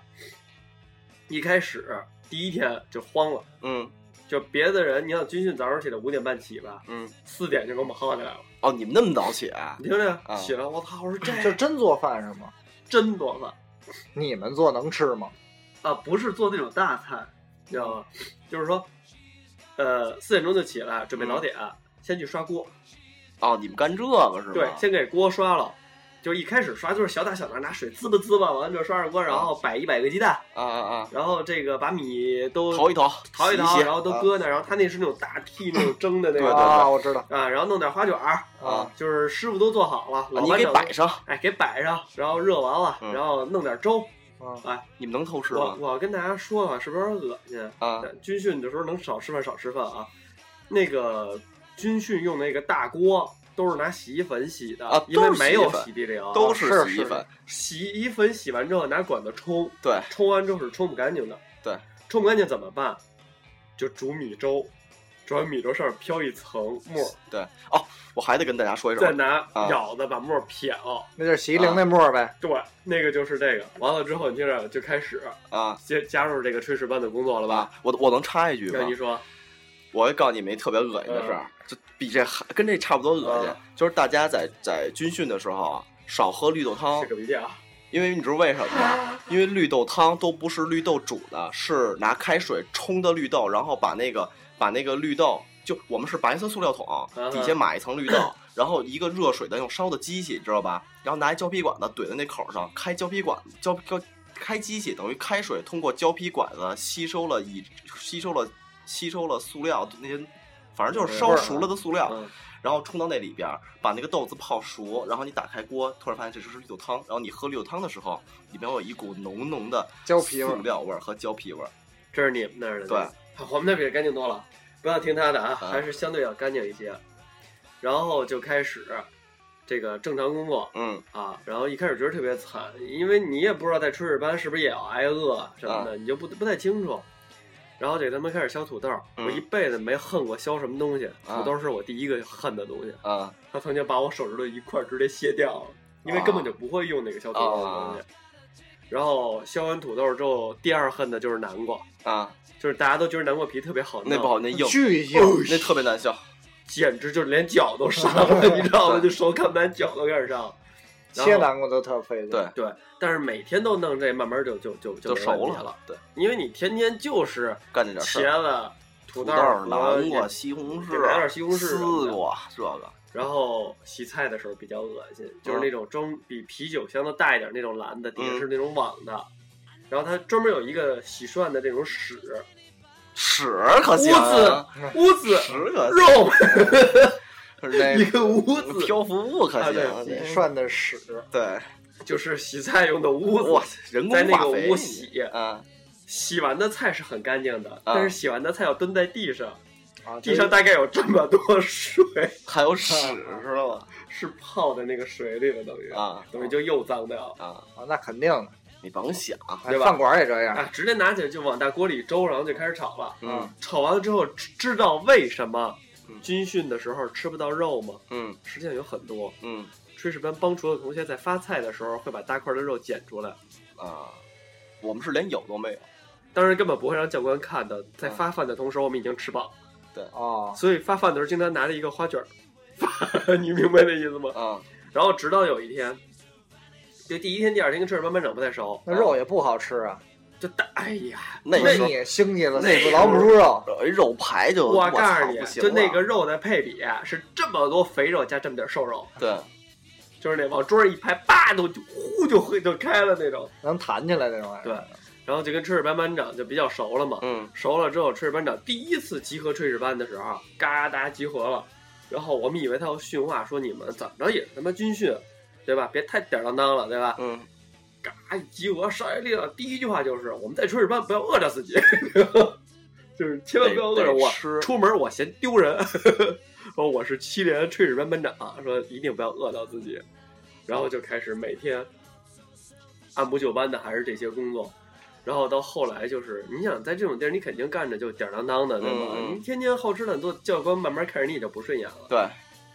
D: 一开始第一天就慌了，
E: 嗯
D: 就别的人，你想军训早上起来五点半起吧，
E: 嗯，
D: 四点就给我们薅起来了。
E: 哦，你们那么早起啊
D: 你听听
E: 啊，
D: 起来，我操！我说这
A: 这真做饭是吗？
D: 真多饭
A: 你们做能吃吗？
D: 啊，不是做那种大菜，你知道吗？就是说，呃，四点钟就起来准备早点，先去刷锅，
E: 嗯哦，你们干这个是吗？
D: 对，先给锅刷了。就一开始刷就是小打小闹，拿水滋吧滋吧，完了之后刷上锅，然后摆一百个鸡蛋，
E: 啊啊啊，
D: 然后这个把米都
E: 淘一淘，
D: 淘一
E: 洗
D: 淘，
E: 洗
D: 然后都搁那儿，然后他那是那种大屉那种蒸的那
E: 对
D: 个
E: 对对
A: 啊，我知道，
D: 啊，然后弄点花卷儿，
E: 啊，
D: 就是师傅都做好了，
E: 啊
D: 老
E: 你
D: 板
E: 给
D: 整
E: 摆上，
D: 哎给摆上，然后热完了，
E: 嗯
D: 然后弄点粥。
A: 嗯，
E: 你们能偷吃
D: 我
E: 吗？
D: 我跟大家说啊，是不是有点恶心？
E: 啊
D: 但军训的时候能少吃饭少吃饭啊。那个军训用那个大锅都是拿洗衣粉洗的，
E: 啊
D: 因为
E: 都是
D: 没
E: 洗衣粉
D: 有洗地灵，
E: 都
A: 是
E: 洗衣
A: 是
E: 粉，
D: 洗衣粉洗完之后拿管子冲，
E: 对，
D: 冲完之后是冲不干净的。
E: 对，
D: 冲不干净怎么办？就煮米粥，煮完米粥上面飘一层沫儿，
E: 对哦，我还得跟大家说一
D: 再
E: 声，
D: 拿
E: 啊
D: 舀子把沫儿撇了。
A: 那就是洗衣灵那沫儿呗。
D: 对，那个就是这个。完了之后，你听着就开始
E: 啊
D: 接加入这个炊事班的工作了吧？
E: 啊，我我能插一句吗
D: 让？你说，
E: 我会告诉你们一特别恶心的事儿，就比这还跟这差不多恶心
D: 嗯，
E: 就是大家在在军训的时候啊，少喝绿豆汤
D: 是，个比啊较，
E: 因为你知道为什么吗？因为绿豆汤都不是绿豆煮的，是拿开水冲的绿豆，然后把那个把那个绿豆，就我们是白色塑料桶
D: 嗯，
E: 底下码一层绿豆，然后一个热水的用烧的机器，知道吧？然后拿一胶皮管子怼在那口上，开胶皮管胶胶开机器，等于开水通过胶皮管子吸收了以吸收了吸收了塑料那些，反正就是烧
A: 啊
E: 熟了的塑料，
D: 嗯，
E: 然后冲到那里边儿，把那个豆子泡熟，然后你打开锅，突然发现这就是绿豆汤，然后你喝绿豆汤的时候，里面有一股浓浓的
A: 胶皮味
E: 塑
A: 儿
E: 料味儿和胶皮味儿。
D: 这是你们那儿的，
E: 对
D: 啊，我们那儿比这干净多了。不要听他的啊，
E: 啊
D: 还是相对要干净一些。然后就开始这个正常工作
E: 嗯，
D: 啊，然后一开始觉得特别惨，因为你也不知道在炊事班是不是也要挨饿什么
E: 啊
D: 的，你就不不太清楚。然后给他们开始削土豆儿，
E: 嗯
D: 我一辈子没恨过削什么东西，
E: 啊
D: 土豆是我第一个恨的东西。
E: 啊，
D: 他曾经把我手指头一块儿直接卸掉了，因为根
E: 啊
D: 本就不会用那个削土豆的东西。然后削完土豆之后，第二恨的就是南瓜，
E: 啊，
D: 就是大家都觉得南瓜皮特别好弄，
E: 那不好，那硬，啊
A: 巨硬，
E: 那特别难削。
D: 简直就是连脚都伤了， 你知道吗？就手砍板脚都开始伤。然后
A: 切南瓜都特费劲。
E: 对，
D: 对，但是每天都弄这，慢慢就就就
E: 就
D: 没
E: 熟
D: 问题
E: 了
D: 了，
E: 对，
D: 因为你天天就是
E: 干这点事儿。
D: 茄子、土
E: 土
D: 豆、
E: 南瓜、西红柿，
D: 来点西红柿什么
E: 丝
D: 的
E: 瓜，这个
D: 然后洗菜的时候比较恶心，
E: 嗯
D: 就是那种装比啤酒箱子大一点那种蓝的，底下是那种网的，然后它专门有一个洗涮的这种屎，
E: 啊屎可
D: 屋
E: 行，
D: 子屋子
E: 啊屎哎可行
D: 肉，
E: 是那
D: 一个屋子
E: 漂浮物可
D: 啊
E: 行
D: 对，
E: 那
A: 涮的屎，
E: 对，
D: 就是洗菜用的屋
E: 哇
D: 子，，
E: 人
D: 在
E: 工
D: 那
E: 化
D: 个
E: 肥
D: 屋洗，
E: 啊，
D: 洗完的菜是很干净的，但是洗完的菜要蹲在地上，
A: 啊，
D: 地上大概有这么多水，
E: 还
A: 嗯
E: 有屎知道吗？
D: 是泡在那个水里的，等于
E: 啊
D: 等于就又脏掉了。
E: 啊，
A: 啊，那肯定的，
E: 你甭想，啊
A: 哎
D: 对吧
A: 饭馆也这样。
D: 啊，直接拿起来就往大锅里粥，然后就开始炒了。
E: 嗯
D: 炒完了之后，知知道为什么
E: 嗯
D: 军训的时候吃不到肉吗？
E: 嗯
D: 实际上有很多
E: 嗯
D: 炊事班帮厨的同学在发菜的时候会把大块的肉捡出来，
E: 啊，我们是连有都没有。
D: 当然根本不会让教官看到。在
E: 嗯
D: 发饭的同时，我们已经吃饱，
A: 哦，
D: 所以发饭的时候经常拿着一个花卷儿， 发你明白那意思吗？
E: 啊，
D: 然后直到有一天，就第一天、第二天跟炊事班班长不太熟，
A: 那肉也不好吃啊，
D: 就大哎呀，
E: 那
A: 那
E: 时候
A: 你兴起了
E: 那
A: 死
E: 时
A: 老
E: 候
A: 母猪肉，
E: 有一肉排就
D: 我
E: 我
D: 告
E: 操
D: 诉你
E: 不，行
D: 就
E: 了
D: 那个肉的配比是这么多肥肉加这么点瘦肉，
E: 对
D: 就是那往桌上一拍，叭都就呼就会就开了那种。
A: 能弹起来那种玩意
D: 对
A: 儿。，
D: 然后就跟炊事班班长就比较熟了嘛。
E: 嗯
D: 熟了之后，炊事班长第一次集合炊事班的时候，嘎达集合了。然后我们以为他要训话，说你们怎么着也是他妈军训，对吧？别太吊儿郎当了，对吧？
E: 嗯
D: 嘎一集合，上一力量，第一句话就是我们在炊事班不要饿 着自己，就是千万不要饿着
E: 得得
D: 我。
E: 吃
D: 出门我嫌丢人， 说我是七连炊事班班长，说一定不要饿到自己。然后就开始每天按部就班的还是这些工作，然后到后来就是你想在这种地儿，你肯定干着就吊儿郎当的，对吧？
E: 嗯嗯
D: 你天天好吃懒做，教官慢慢看着你也就不顺眼了。
E: 对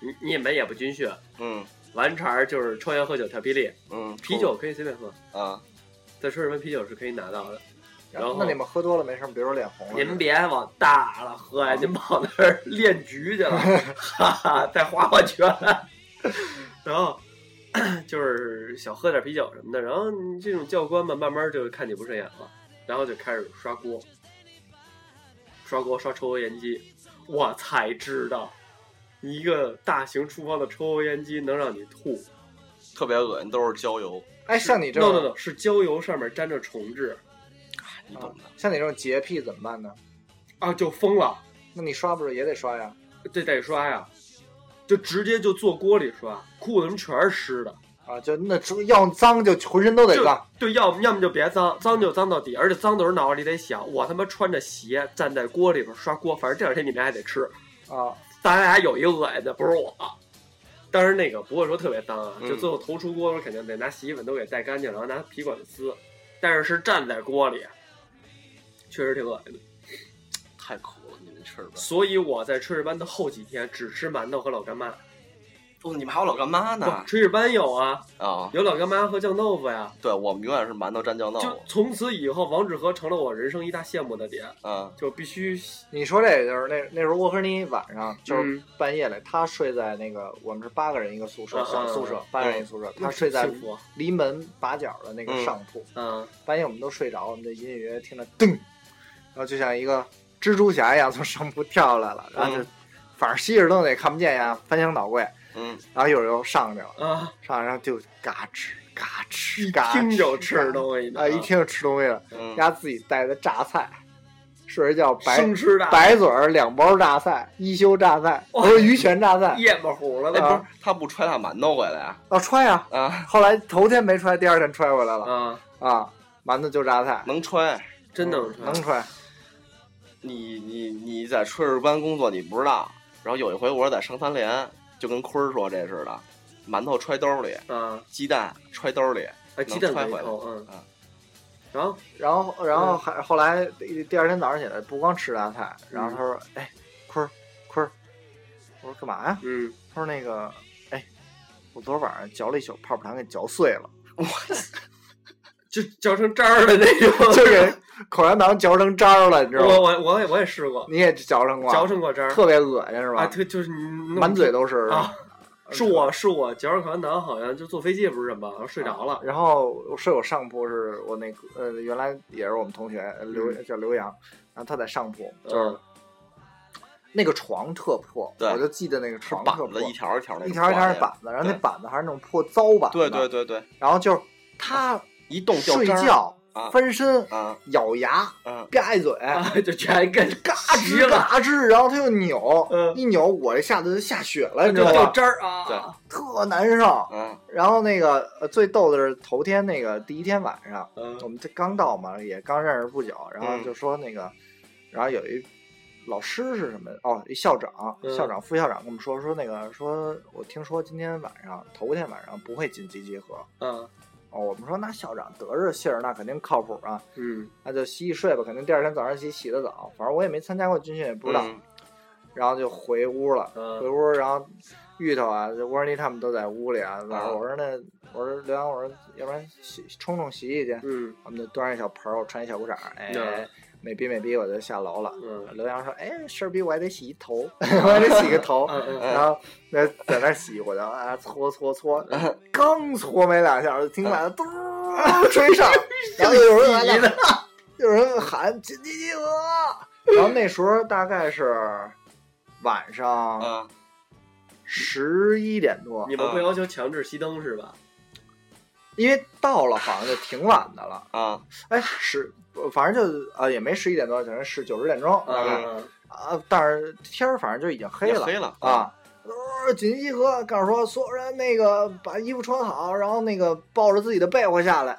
D: 你你们也不军训，
E: 嗯
D: 完茬儿就是抽烟喝酒跳霹雳，
E: 嗯
D: 啤酒可以随便喝。
E: 啊
D: 在炊事班啤酒是可以拿到的。然后
A: 那你们喝多了没事儿，比如说脸红了。
D: 您别往大了喝
A: 哦
D: 呀，您跑那儿练局 去了，哈哈，在划划拳， 然后 就是想喝点啤酒什么的，然后你这种教官们慢慢就看你不顺眼了，然后就开始刷锅，刷锅刷抽油烟机，我才知道。一个大型厨房的抽油烟机能让你吐
E: 特别恶心，都是焦油，
A: 哎，像你这
D: ，no no
A: 种，
D: no，是焦油上面沾着虫质
E: 你懂的。
A: 啊像你这种洁癖怎么办呢？
D: 啊，就疯了。
A: 那你刷不是也得刷呀？
D: 这得刷呀，就直接就坐锅里刷，裤子什么全是湿的。
A: 啊，就那除要脏就浑身都得
D: 就
A: 脏。
D: 对，要么要么就别脏，脏就脏到底，而且脏的时候脑子里得想，我他妈穿着鞋站在锅里边刷锅，反正这两天你们还得吃。
A: 啊，
D: 咱俩有一个恶心的，不是我。当然那个不会说特别脏啊，
E: 嗯
D: 就最后头出锅的时候肯定得拿洗衣粉都给带干净，然后拿皮管子撕，但是是站在锅里，确实挺恶心的。
E: 太苦了，你们吃吧。
D: 所以我在炊事班的后几天只吃馒头和老干妈，
E: 不，哦你们还有老干妈呢
D: 不，炊事班有啊，
E: 啊！
D: 有老干妈和酱豆腐呀。
E: 对，我们永远是馒头蘸酱
C: 哦
E: 豆
D: 就
E: 腐。
D: 从此以后，王致和成了我人生一大羡慕的点，
E: 嗯，
D: 就必须
A: 你说这个就是那那时候沃克尼晚上就是
D: 嗯
A: 半夜里，他睡在那个我们是八个人一个宿舍，
D: 嗯
A: 小宿舍
D: 嗯，
A: 八个人一个宿舍，他睡在
D: 幸福，
A: 离门把角的那个上铺。
D: 嗯，
A: 半夜我们都睡着，我们就隐隐约约听着噔，然后就像一个蜘蛛侠一样从上铺跳下来了，然后就、
E: 嗯
A: 反正吸着灯也看不见呀，翻箱倒柜，
E: 嗯，
A: 然后一会儿又上去了，
D: 啊，
A: 上去然后就嘎吱嘎吱
D: 一
A: 嘎吱，
D: 听就吃东西呢，
A: 啊，一听就吃东西了，
E: 嗯
A: 丫自己带的榨菜，睡着觉白
D: 生吃的，
A: 白嘴儿两包榨菜，一休榨菜，
D: 哇
A: 不是鱼泉榨菜，
D: 咽巴糊了
E: 哎，
D: 那
E: 不是，他不揣大馒头回来啊？
A: 啊揣呀、
E: 啊，
A: 后来头天没揣，第二天揣回来
D: 不是
A: 了
D: 啊，
A: 啊，馒头就榨菜，
E: 能揣。
D: 真能吃，
A: 哦能揣，
E: 你你你在炊事班工作，你不知道。然后有一回我是在上三联，就跟坤儿说这似的，馒头揣兜里，
D: 啊，
E: 鸡蛋揣兜里，
D: 哎，鸡
E: 能揣
D: 蛋可以
E: 回来
D: 扣，嗯
E: 啊，
D: 然后
A: 然后然后还后来第二天早上起来不光吃榨菜，然后他说，哎，坤儿坤儿，我说干嘛呀？
D: 嗯，
A: 他说那个，哎，我昨儿晚上嚼了一宿泡泡糖，给嚼碎了，
D: 就嚼成渣儿的那种，
A: 就给口香糖嚼成渣儿了，你知道
D: 我
A: 吗？
D: 我我也我也试过，
A: 你也嚼成过，
D: 嚼成过渣儿，
A: 特别恶心是
D: 啊，
A: 吧？
D: 就就是你弄
A: 满嘴都是
D: 啊，是我是我嚼着口香糖，好像就坐飞机不是什么，然后睡着了，
A: 然后我睡我上铺是我那个呃，原来也是我们同学呃刘、叫刘洋，然后他在上铺，就是、
D: 嗯
A: 那个床特破，
E: 对
A: 我就记得那个
E: 是
A: 床
E: 板
A: 特破，
E: 子一条一条那个
A: 一条一条
E: 挂
A: 是
E: 的
A: 板子，然后那
E: 对
A: 板子还是那种破糟板子，
E: 对对，对对，
A: 然后就是他
E: 一动掉
A: 睡
E: 渣儿
A: 觉、
E: 啊
A: 翻身、
E: 啊
A: 咬牙
E: 嗯
A: 吧一嘴，
D: 啊， 就全跟
A: 嘎
D: 急
A: 吱
D: 了，
A: 嘎吱，然后他又扭，
D: 嗯
A: 一扭我这下子就下雪了，你知
D: 就
A: 道
D: 掉
A: 吧？
D: 渣儿啊，
E: 对
A: 特难受。
E: 嗯
A: 然后那个呃最逗的是头天那个第一天晚上。
D: 嗯
A: 我们这刚到嘛，也刚认识不久，然后
E: 嗯
A: 就说那个，然后有一老师是什么？哦，一校长，
D: 嗯
A: 校长、副校长跟我们说说那个，说我听说今天晚上头天晚上不会紧急集合。
D: 嗯
A: 哦，我们说那校长得着信儿，那肯定靠谱啊，
D: 嗯
A: 那就洗洗睡吧，肯定第二天早上起洗得早。反正我也没参加过军训，也不知道。
E: 嗯
A: 然后就回屋了，回
D: 嗯
A: 屋然后芋头啊、这沃尔尼他们都在屋里啊。晚上
E: 嗯
A: 我说那我说刘洋，我说要不然洗冲冲洗洗去。
D: 嗯
A: 我们就端着一小盆儿，我穿一小裤衩儿，哎
D: 嗯，
A: 美逼美逼，我就下楼了。
D: 嗯
A: 刘洋说：“哎，事儿逼我还得洗一 头，我还得洗个头。
D: 嗯嗯
A: 然后那在那儿洗，我就啊搓搓搓，
D: 嗯
A: 刚搓没两下，我就听来了嘟吹 上，然后有人来了， 有人喊紧急集合。然后那时候大概是晚上
D: 嗯
E: 啊
A: 十一点多，
D: 你们不要求强制熄灯是吧？
A: 因为到了好像就挺晚的了。
E: 啊
A: 哎，十，呃反正就啊、也没十一点多，可能是九十点钟大概
D: 嗯
A: 啊，但是天儿反正就已经黑
E: 也
A: 了
E: 黑了
A: 啊。呃紧急集合，告诉说所有人那个把衣服穿好，然后那个抱着自己的被窝下来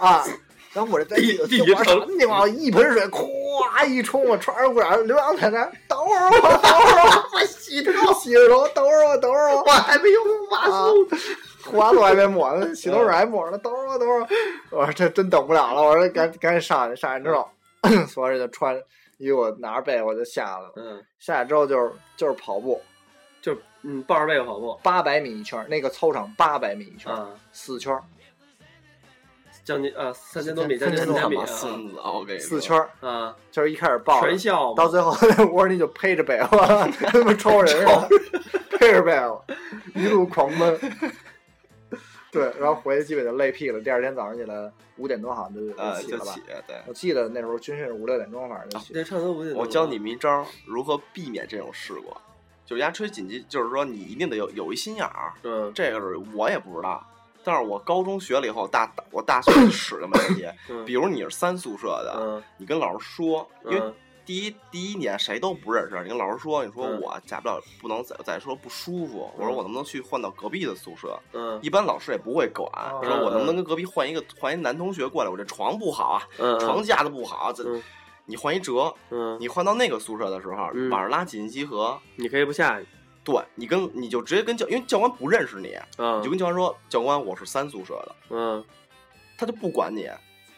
A: 啊。然后我这在
D: 地
A: 那个
D: 地
A: 我什
D: 城
A: 么地方一盆水，咵一冲，我穿上裤衩，刘洋在那儿等会儿我，等会儿我，我洗头，洗着头，等会儿我，等会儿我，我还没用护
D: 啊
A: 发素，护发素还没抹呢，洗头水还抹呢，等会儿我，等会儿我。啊我说这真等不了了，我说赶赶紧上去，上去之后， 所有人就穿衣服拿着被我就下来了，
D: 嗯，
A: 下来之后就是就是跑步，
D: 就嗯抱着被跑步
A: 八百米一圈儿，那个操场八百米一圈儿，
D: 啊，
A: 四圈儿，
D: 将近啊三千多米，将
A: 三千
D: 近四
A: 多
D: 千
E: 他
D: 米
E: 妈
D: 啊
E: 孙子，我跟你说
A: 四圈儿，
D: 啊，
A: 就是一开始抱着，
D: 全校嘛
A: 到最后沃尔尼就披着被窝， 他妈抽人似的， 披着被窝一路狂奔。对，然后回去基本就累屁了，第二天早上起来五点多好像就
E: 呃
A: 起
E: 就
A: 了吧
E: 起。对。
A: 我记得那时候军训是五六点钟，反
E: 啊
A: 正就起。
D: 那差不多五点多
E: 我教你们一招儿如何避免这种事故，就是压吹紧急，就是说你一定得有有一心眼儿。
D: 嗯
E: 这个是我也不知道，但是我高中学了以后，大我大学使就没问题。
D: 嗯
E: 比如你是三宿舍的，
D: 嗯
E: 你跟老师说，因为
D: 嗯
E: 第一第一年谁都不认识，你跟老师说，你说
D: 嗯
E: 我假不了不能再再说不舒服，我说
D: 嗯
E: 我能不能去换到隔壁的宿舍？
D: 嗯
E: 一般老师也不会管，
D: 哦
E: 说我能不能跟隔壁换一个换一男同学过来？我这床不好啊，
D: 嗯
E: 床架子不好，啊这
D: 嗯
E: 你换一折，
D: 嗯，
E: 你换到那个宿舍的时候，
D: 嗯
E: 晚上拉紧急集合，
D: 你可以不下去
E: 对你跟你就直接跟教，因为教官不认识你，
D: 啊
E: 你就跟教官说，教官我是三宿舍的，
D: 嗯，
E: 他就不管你，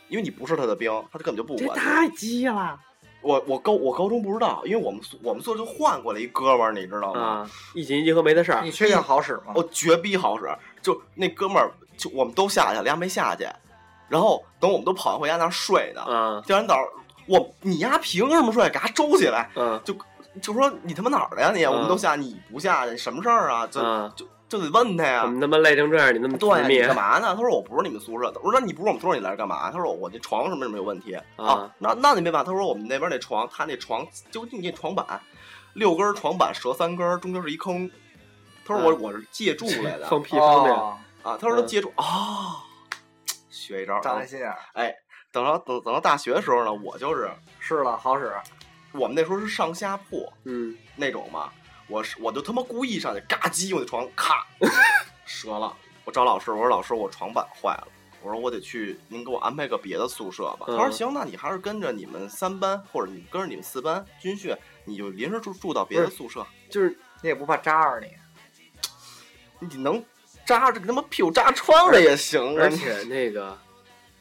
E: 因为你不是他的兵，他就根本就不
D: 这
E: 管你。
D: 太鸡了，
E: 我我高我高中不知道，因为我们宿我们宿舍就换过来一哥们儿，你知道吗？
D: 啊，一紧一结合没他事儿
A: 你，确定好使 吗？
E: 我哦绝逼好使，就那哥们儿，就我们都下去了，俩没下去，然后等我们都跑回家那儿睡呢，
D: 啊
E: 第二天早上我你丫凭什么睡？给他周起来，
D: 啊
E: 就就说你他妈哪儿的呀你？
D: 嗯
E: 我们都下，你不下去，什么事儿啊？就、
D: 啊！
E: 就就得问他呀
D: 我。们他妈累成这样，你那么
E: 啊对，啊
D: 迷
E: 你干嘛呢？他说我不是你们宿舍的。我说那你不是我们宿舍，你来这干嘛？他说我那床什么什么有问题哦
D: 啊
E: 那那你没办法。他说我们那边那床，他那床就你那床板，六根儿床板折三根儿，中间是一坑。他说我、
D: 嗯
E: 我是借助来 的，
D: 放屁放的呀？
A: 哦
E: 啊，他说他
D: 嗯
E: 接触啊、学一招。
A: 长
E: 然后
A: 了心眼儿，
E: 等到等等到大学的时候呢，我就是
A: 是了，好使。
E: 我们那时候是上下铺
D: 嗯，
E: 那种嘛，我是我就他妈故意上去，嘎叽，我那床 咔折了。我找老师，我说老师，我床板坏了。我说我得去，您给我安排个别的宿舍吧。他说
D: 嗯
E: 行，那你还是跟着你们三班，或者你跟着你们四班军训，你就临时住住到别的
D: 不
E: 宿舍，
D: 就是
A: 你也不怕扎着你，
E: 你能扎着他妈屁股扎窗了也行啊
D: 嗯 而！且那个，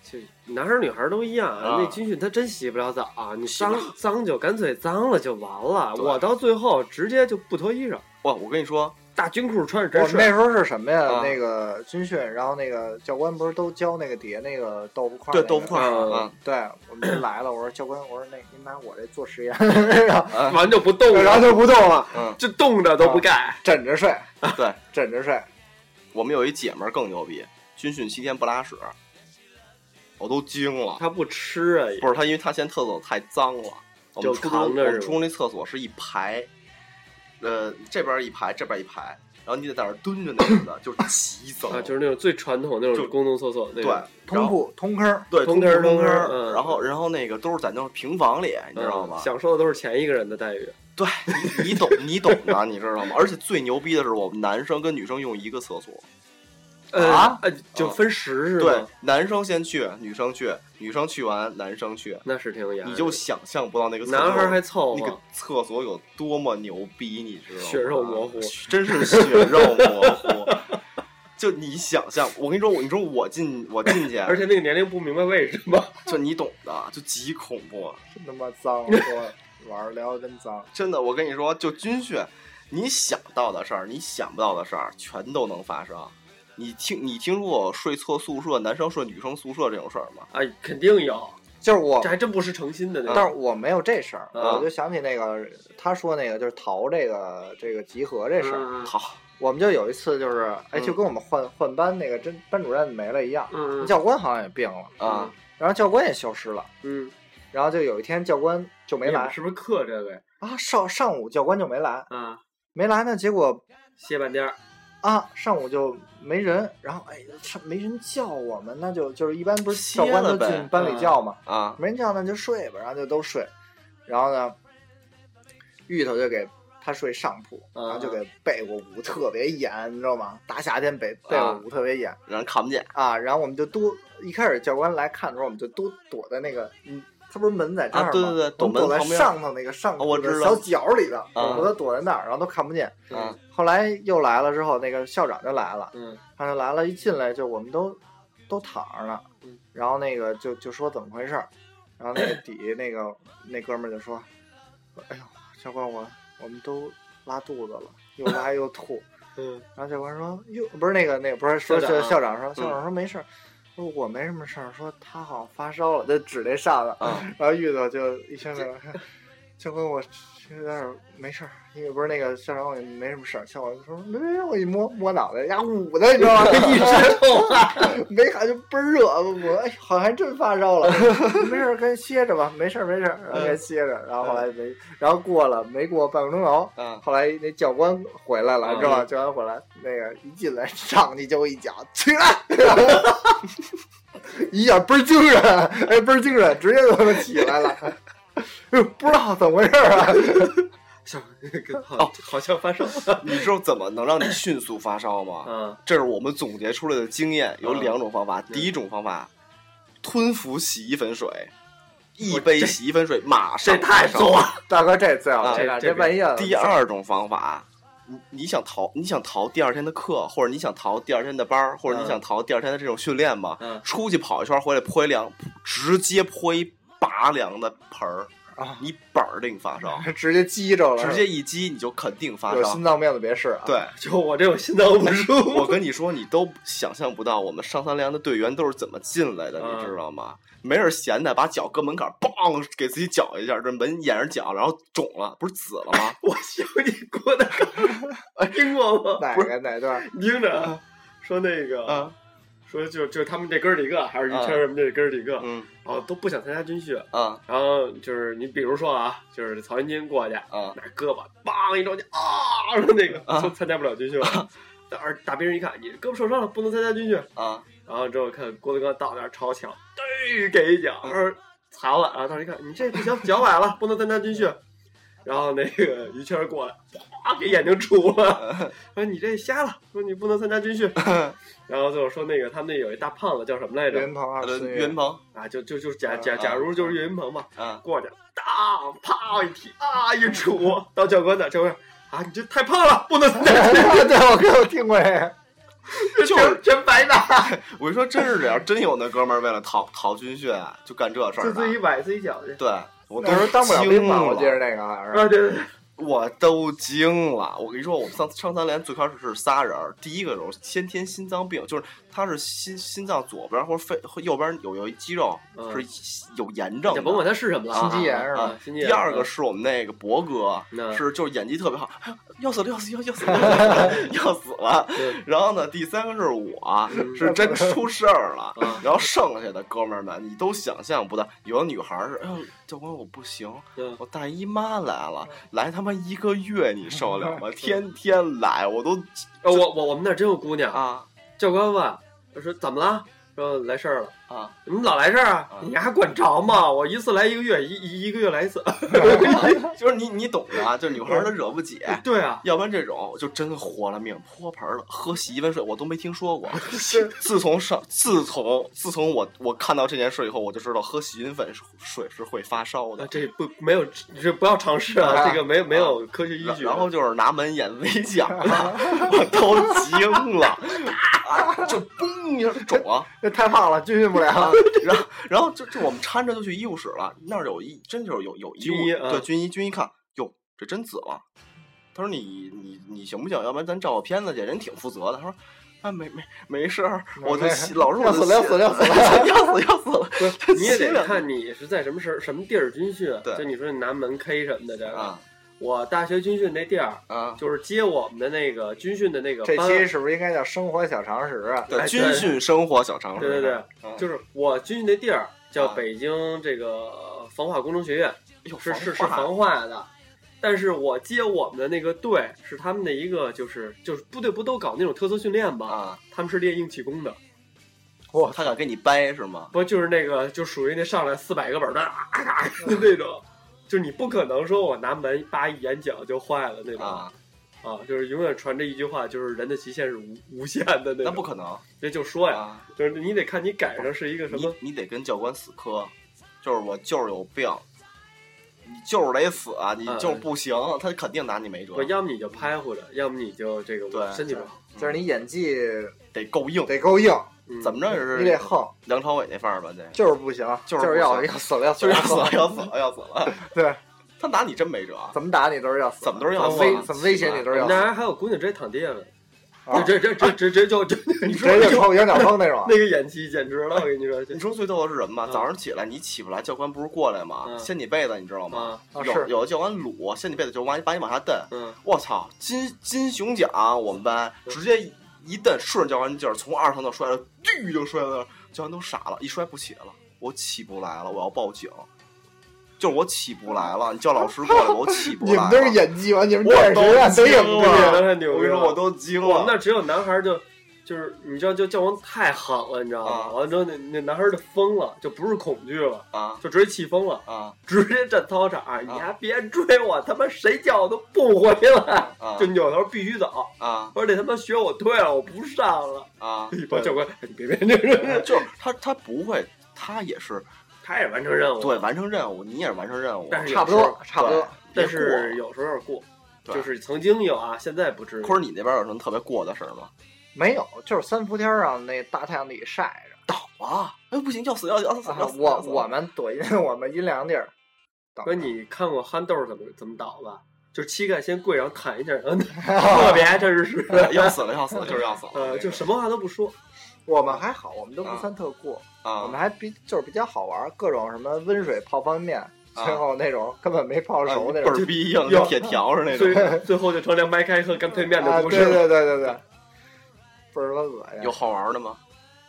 D: 就男生女孩都一样，
E: 啊
D: 那军训他真洗不了澡、啊你
E: 洗不
D: 脏
E: 了
D: 脏就干脆脏了就完了。
E: 对
D: 我到最后直接就不脱衣裳，
E: 哇，我跟你说，
D: 大军裤穿着
A: 我
E: 哦
D: 直
A: 们哦那
D: 睡。
A: 时候是什么呀？
E: 啊
A: 那个军训，然后那个教官不是都教那个叠那个豆腐块儿
E: 对
A: 那个？
E: 豆腐块儿
D: 嗯
E: 啊，
A: 对，我们就来了。我说教官，我说那您拿我这做实验，然后
E: 啊
D: 完就不动
A: 然后
D: 了，
A: 就不动了，
E: 嗯，
D: 就冻着都不盖。
A: 枕着睡，
E: 啊对，
A: 枕着睡。
E: 我们有一姐们儿更牛逼，军训期间不拉屎，我都惊了。
D: 他不吃啊，也
E: 不是她，因为她嫌厕所太脏了。我们
D: 就
E: 初中我
D: 扛着是吧
E: 们初中那厕所是一排，呃，这边一排，这边一排，然后你得在那儿蹲着那种的，就是极脏。
D: 啊，就是那种最传统那
E: 就
D: 种公共厕所那
E: 对
D: 种。，
E: 然
A: 通
E: 后
A: 铺通坑，
E: 对
D: 通
E: 通
D: 坑
E: 坑
D: 通
E: 通
D: 坑
E: 坑
D: 嗯
E: 然后然后那个都是在那种平房里，你知道吗啊
D: 嗯？享受的都是前一个人的待遇。
E: 对，你你懂你懂的，你知道吗？而且最牛逼的是，我们男生跟女生用一个厕所。
D: 呃
A: 啊
D: 呃，就分时是
E: 对
D: 吗？，
E: 男生先去，女生去，女生去完，男生去，
D: 那是挺严。
E: 你就想象不到那个厕所
D: 男孩还凑
E: 那个
D: 合，
E: 厕所有多么牛逼，你知道吗？
D: 血肉模糊
E: 真是血肉模糊。就你想象，我跟你说，我你说我进我进去，
D: 而且那个年龄不明白为什么。
E: 就你懂的，就极恐怖，
A: 真他妈脏！我说玩儿聊得 真脏。
E: 真的。我跟你说，就军训，你想到的事儿，你想不到的事儿，全都能发生。你听，你听说过睡错宿舍，男生睡女生宿舍这种事儿吗？
D: 啊，肯定
E: 哦
D: 有，
A: 就是我
D: 这，还真不是诚心的那种。
A: 但是我没有这事儿，
D: 啊
A: 我就想起那个他说那个就是逃这个这个集合这事儿。
D: 嗯
E: 好，
A: 我们就有一次就是，哎，
E: 嗯
A: 就跟我们换换班那个真班主任没了一样，
D: 嗯
A: 教官好像也病了，
E: 啊，
A: 然后教官也消失了，
D: 嗯，
A: 然后就有一天教官就没
D: 你们
A: 来
D: 是不是克这个呀？
A: 啊，上上午教官就没来，
D: 啊，
A: 没来呢，结果
D: 歇半天儿，
A: 啊上午就没人，然后哎上没人叫我们，那就就是一般不是
E: 歇了
A: 教官都
E: 呗
A: 进班里
D: 嗯
A: 叫嘛，
E: 啊，
A: 没人叫那就睡吧，然后就都睡，然后呢，芋头就给他睡上铺，
D: 嗯
A: 然后就给被过捂特别严，你知道吗？大夏天被被我
E: 啊
A: 捂特别严
E: 让人看不见
A: 啊，然后我们就都一开始教官来看的时候，我们就都躲在那个嗯。他不是门在这儿吗？
E: 啊对对对
A: 我们
E: 躲门
A: 躲在
E: 旁边
A: 上头那个上
E: 啊我
A: 铺的
E: 知道
A: 小角里头，
E: 啊
A: 我都躲在那儿，然后都看不见。
E: 啊，
A: 后来又来了之后，那个校长就来了，
D: 嗯
A: 他就来了，一进来就我们都都躺着呢
D: 嗯，
A: 然后那个就就说怎么回事儿，然后那个底那个那哥们儿就说：“哎呦，教官我我们都拉肚子了，又拉又吐。
D: 嗯”
A: 然后教官说：“哟，不是那个那个不是说
D: 校
A: 校
D: 长啊
A: 校长说校长说没事儿，说我没什么事儿，说他好像发烧了，就指这上头。”
E: 啊，
D: 嗯
A: 然后玉子就一听着，教官我有点儿没事儿，因为不是那个校长我也没什么事儿，校长说没没没，我一摸摸脑袋，呀捂的你知道吗？一直
D: 臭啊！
A: 没喊就倍儿热，我哎好像还真发烧了，没事儿跟歇着吧，没事儿没事儿，然后跟歇着，然后后来没，然后过了没过半个钟头。
E: 啊，
A: 后来那教官回来了，
D: 嗯
A: 知道吧？教官回来，那个一进来上去就一脚，起来， 一脚倍儿精神，哎，倍儿精神，直接就他妈起来了。哎呦不知道怎么回事儿啊！
D: 好，好像发烧。
E: 你知道怎么能让你迅速发烧吗？
D: 嗯
E: 这是我们总结出来的经验，有
D: 嗯
E: 两种方法。
D: 嗯
E: 第一种方法，吞服洗衣粉水，一
D: 我
E: 杯
D: 这
E: 洗衣粉水马上
D: 这太
E: 发烧
D: 重了
A: 大哥，这最
E: 啊
A: 好，
D: 这
A: 这
D: 这
A: 半夜了
E: 第二种方法，你你想逃，你想逃第二天的课，或者你想逃第二天的班儿，或者你
D: 嗯
E: 想逃第二天的这种训练吗？
D: 嗯
E: 出去跑一圈回来泼一凉，直接泼一拔凉的盆儿，
A: 啊，
E: 你板儿定发 烧，
A: 直接击着了，
E: 直接一激你就肯定发
A: 有
E: 烧
A: 心。脏病的别试啊。，
E: 对，
D: 就我这种心脏不舒服，
E: 我跟你说，你都想象不到我们上三粮的队员都是怎么进来的，
D: 嗯
E: 你知道吗？没人闲的，把脚搁门槛儿，梆给自己绞一下，这门掩着脚，然后肿了，不是紫了吗？
D: 我想你郭德 纲，听过吗？
A: 哪个哪段？
D: 你听着啊，说那个，
E: 啊，
D: 说就就他们这哥儿几个，还是于谦儿什么这哥儿几个，
E: 嗯
D: 然后都不想参加军训，
E: 啊
D: 然后就是你比如说啊，就是曹云金过去，
E: 啊
D: 拿胳膊梆一撞就啊，然后那个
E: 啊
D: 说参加不了军训了。但而打别人一看，你胳膊受伤了，不能参加军训。
E: 啊！
D: 然后之后看郭德纲到那儿抄墙，对，给一脚，然后残了。然后当时一看，你这不行，脚崴了，不能参加军训。然后那个于谦儿过来，啪给眼睛杵了， 说你这瞎了，说你不能参加军 训。然后最后说那个他们那有一大胖子叫什么来着
A: 岳？云鹏二
E: 呃
A: 十四
E: 岳云
A: 岳
E: 鹏
D: 啊，就就就假
A: 啊
D: 假假如就是岳云鹏吧，
E: 啊，
D: 过去，当啪一踢，啊一杵到教官那儿，教官啊你这太胖了，不能参加
E: 呃
D: 军 训，
A: 对，我跟我听过这个。
E: 就是
D: 真白打，
E: 我跟你说，真是这样，真有那哥们儿为了逃逃军训啊就干这事
D: 就
E: 儿
D: 自己
E: 的。
D: 崴自己脚去。
E: 对，我
A: 那时候当不了兵嘛，
E: 嘛，
A: 我记着那个好像是。
D: 啊，对对对，
E: 我都惊了！我跟你说，我们上上三联最开始是仨人儿，第一个有先天心脏病，就是他是心心脏左边或者肺或右边有有一肌肉、
D: 嗯
E: 是有炎症
D: 就
E: 的，
D: 甭管他是什么了啊，
A: 心肌炎是吧
E: 啊
D: 啊，心肌炎。
E: 第二个是我们那个博哥，
D: 嗯
E: 是就是演技特别好，哎呀要死了要死要要 死了要死了。
D: 对嗯
E: 然后呢，第三个是我，是真出事儿了。然后剩下的哥们儿们，你都想象不到，有的女孩儿是，哎呦，教官我不行，
D: 嗯
E: 我大姨妈来了，来他妈一个月，你受得了 吗？天天来，我都
D: 呃我我我们那儿真有姑娘，
E: 啊
D: 教官问，我说怎么了？说来事儿了。
E: 啊！
D: 你们老来事儿
E: 啊
D: 啊？你还管着吗？我一次来一个月，一一一个月来一次。
E: 就是你你懂的啊，就是女孩儿她惹不起。
D: 对啊，
E: 要不然这种就真活了命，泼盆了，喝洗一盆水我都没听说过。自从上，自从自从我我看到这件事以后，我就知道喝洗衣粉是水是会发烧
D: 啊
E: 的。
D: 这不没有，这不要尝试啊，
A: 啊
D: 这个没有没有科学依据。
E: 然后就是拿门演围剿了，我都惊了，啊就嘣一下就肿啊了，
A: 这太胖了，军训不了。
E: 然 后然后就就我们搀着就去医务室了，那儿有一真就是有有
D: 军医啊
E: 对军医军医看，哟这真紫了，他说你你你行不行？要不然咱照个片子去，人挺负责的。他说啊没没没事儿，我就洗老是我
A: 要
E: 就
A: 死了要
E: 洗
A: 死了要死
E: 要死要死了，
D: 不是，你也
E: 心里
D: 得看你是在什么时候、什么地儿军训。
E: 对
D: 就你说你拿门 K 什么的，这个
E: 啊
D: 我大学军训那地儿，
E: 啊！
D: 就是接我们的那个军训的那个
A: 这
D: 班。
A: 期是不是应该叫生活小常识啊？
E: 对
D: 哎
E: 军训生活小常识，
D: 对对对，
E: 嗯
D: 就是我军训那地儿叫
E: 啊
D: 北京这个防化工程学院，
E: 哟
D: 是是是
E: 哎防化
D: 防化的。但是我接我们的那个队是他们的一个，就是就是部队不都搞那种特色训练吗？
E: 啊，
D: 他们是练硬气功的，
E: 他敢跟你掰是吗？
D: 不就是那个就属于那上来四百个本儿的啊啊啊
E: 嗯
D: 的那种，就是你不可能说我拿门叭一眼角就坏了那种
E: 啊，
D: 啊就是永远传着一句话，就是人的极限是无无限的那
E: 那
D: 种。
E: 不可能
D: 这就说呀，
E: 啊！
D: 就是你得看你赶上是一个什么
E: 你你得跟教官死磕，就是我就是有病，你就是得死啊！你
D: 嗯
E: 就是不行，他肯定拿你没辙
D: 不，，要么你就拍糊着，要么你就这个
E: 嗯对
D: 我身体不好。
A: 就是你演技
E: 得够硬。
A: 得够硬，
D: 嗯
E: 怎么着也是
A: 你得横，
E: 梁朝伟那范儿吧？这
A: 就是不行，
E: 就是不行
A: 是要要死了要死
E: 就是
A: 了
E: 要死了，要死了，要死了。
A: 对，
E: 他拿你真没辙，啊
A: 怎么打你都是要死，
E: 怎么都是要死
A: 怎么威怎么威胁你都是
D: 我
A: 要
D: 们那
A: 死，
D: 儿还有姑娘直接躺地下了，
A: 啊
D: 这这这这这 就就你
A: 直
D: 说
A: 接 就
D: 就
A: 抽羊角风那种。
D: 那个演技简直了，我跟你 说，
E: 你说最逗的是什么吗？
D: 嗯
E: 早上起来你起不来，教官不是过来吗？
D: 嗯
E: 掀你被子，你知道吗？
C: 嗯哦
D: 啊，
A: 啊
E: 有
A: 是
E: 有的教官撸，掀你被子就往把你往下蹬。
D: 嗯，
E: 我操，金金熊奖，我们班直接一蹬，顺着教官劲儿从二层就摔了，嘟就摔到那儿，教官都傻了，一摔不起了，我起不来了，我要报警。就是我起不来了，你叫老师过来，我起不来
A: 你
E: 了。
A: 们都是演技吗？你们电
E: 我
A: 影
E: 都
A: 学院得
E: 惊
A: 有
E: 了，
A: 病。
D: 太牛
E: 啊我跟
D: 逼了
E: 你说，我都惊
D: 我们那
E: 了。
D: 儿只有男孩儿就就是你知道，就教官太狠了，你知道
E: 啊
D: 吗？完了之后那那男孩儿就疯了，就不是恐惧了，
E: 啊
D: 就直接气疯了，
E: 啊
D: 直接站操场，哎你还别追我，他妈谁叫我都不回来，
E: 啊
D: 就扭头必须走，
E: 啊
D: 我说这他妈学我退了，我不上了。
E: 啊！
D: 一帮教官，哎你别别，这这
E: 就是他，他不会，他也是
D: 他也完成任务，
E: 对，完成任务，你也是完成任务，
D: 但是
A: 差不多，差不多
E: 对。
D: 但
E: 别过
D: 是有时候有点过，
E: 对
D: 就是曾经有啊，现在不至于。
E: 坤儿，你那边有什么特别过的事儿吗？
A: 没有，就是三伏天上那大太阳底晒着。
E: 倒啊！哎，不行，要死要死要死要
A: 啊
E: 死！
A: 我
E: 要死
A: 我们躲阴，我们阴凉地儿，倒
D: 那你看过憨豆怎么怎么倒吧？就是膝盖先跪，然后躺一下， 嗯，特别这是是，
E: 要死了，要死了，就是要死了。
D: 呃，就什么话都不说，
A: 我们还好，我们都不算特酷，我们
E: 啊，
A: 还比就是比较好玩，各种什么温水泡方便面，最后那种根本没
D: 啊
A: 泡熟那
E: 倍
A: 种
E: 儿逼硬，跟铁条似的那
D: 最
E: 种，
D: 最后就成凉白开和干脆面的
A: 啊，
D: 故
A: 对
D: 事了。
A: 对对对对，倍儿他妈恶心。
E: 有好玩的吗？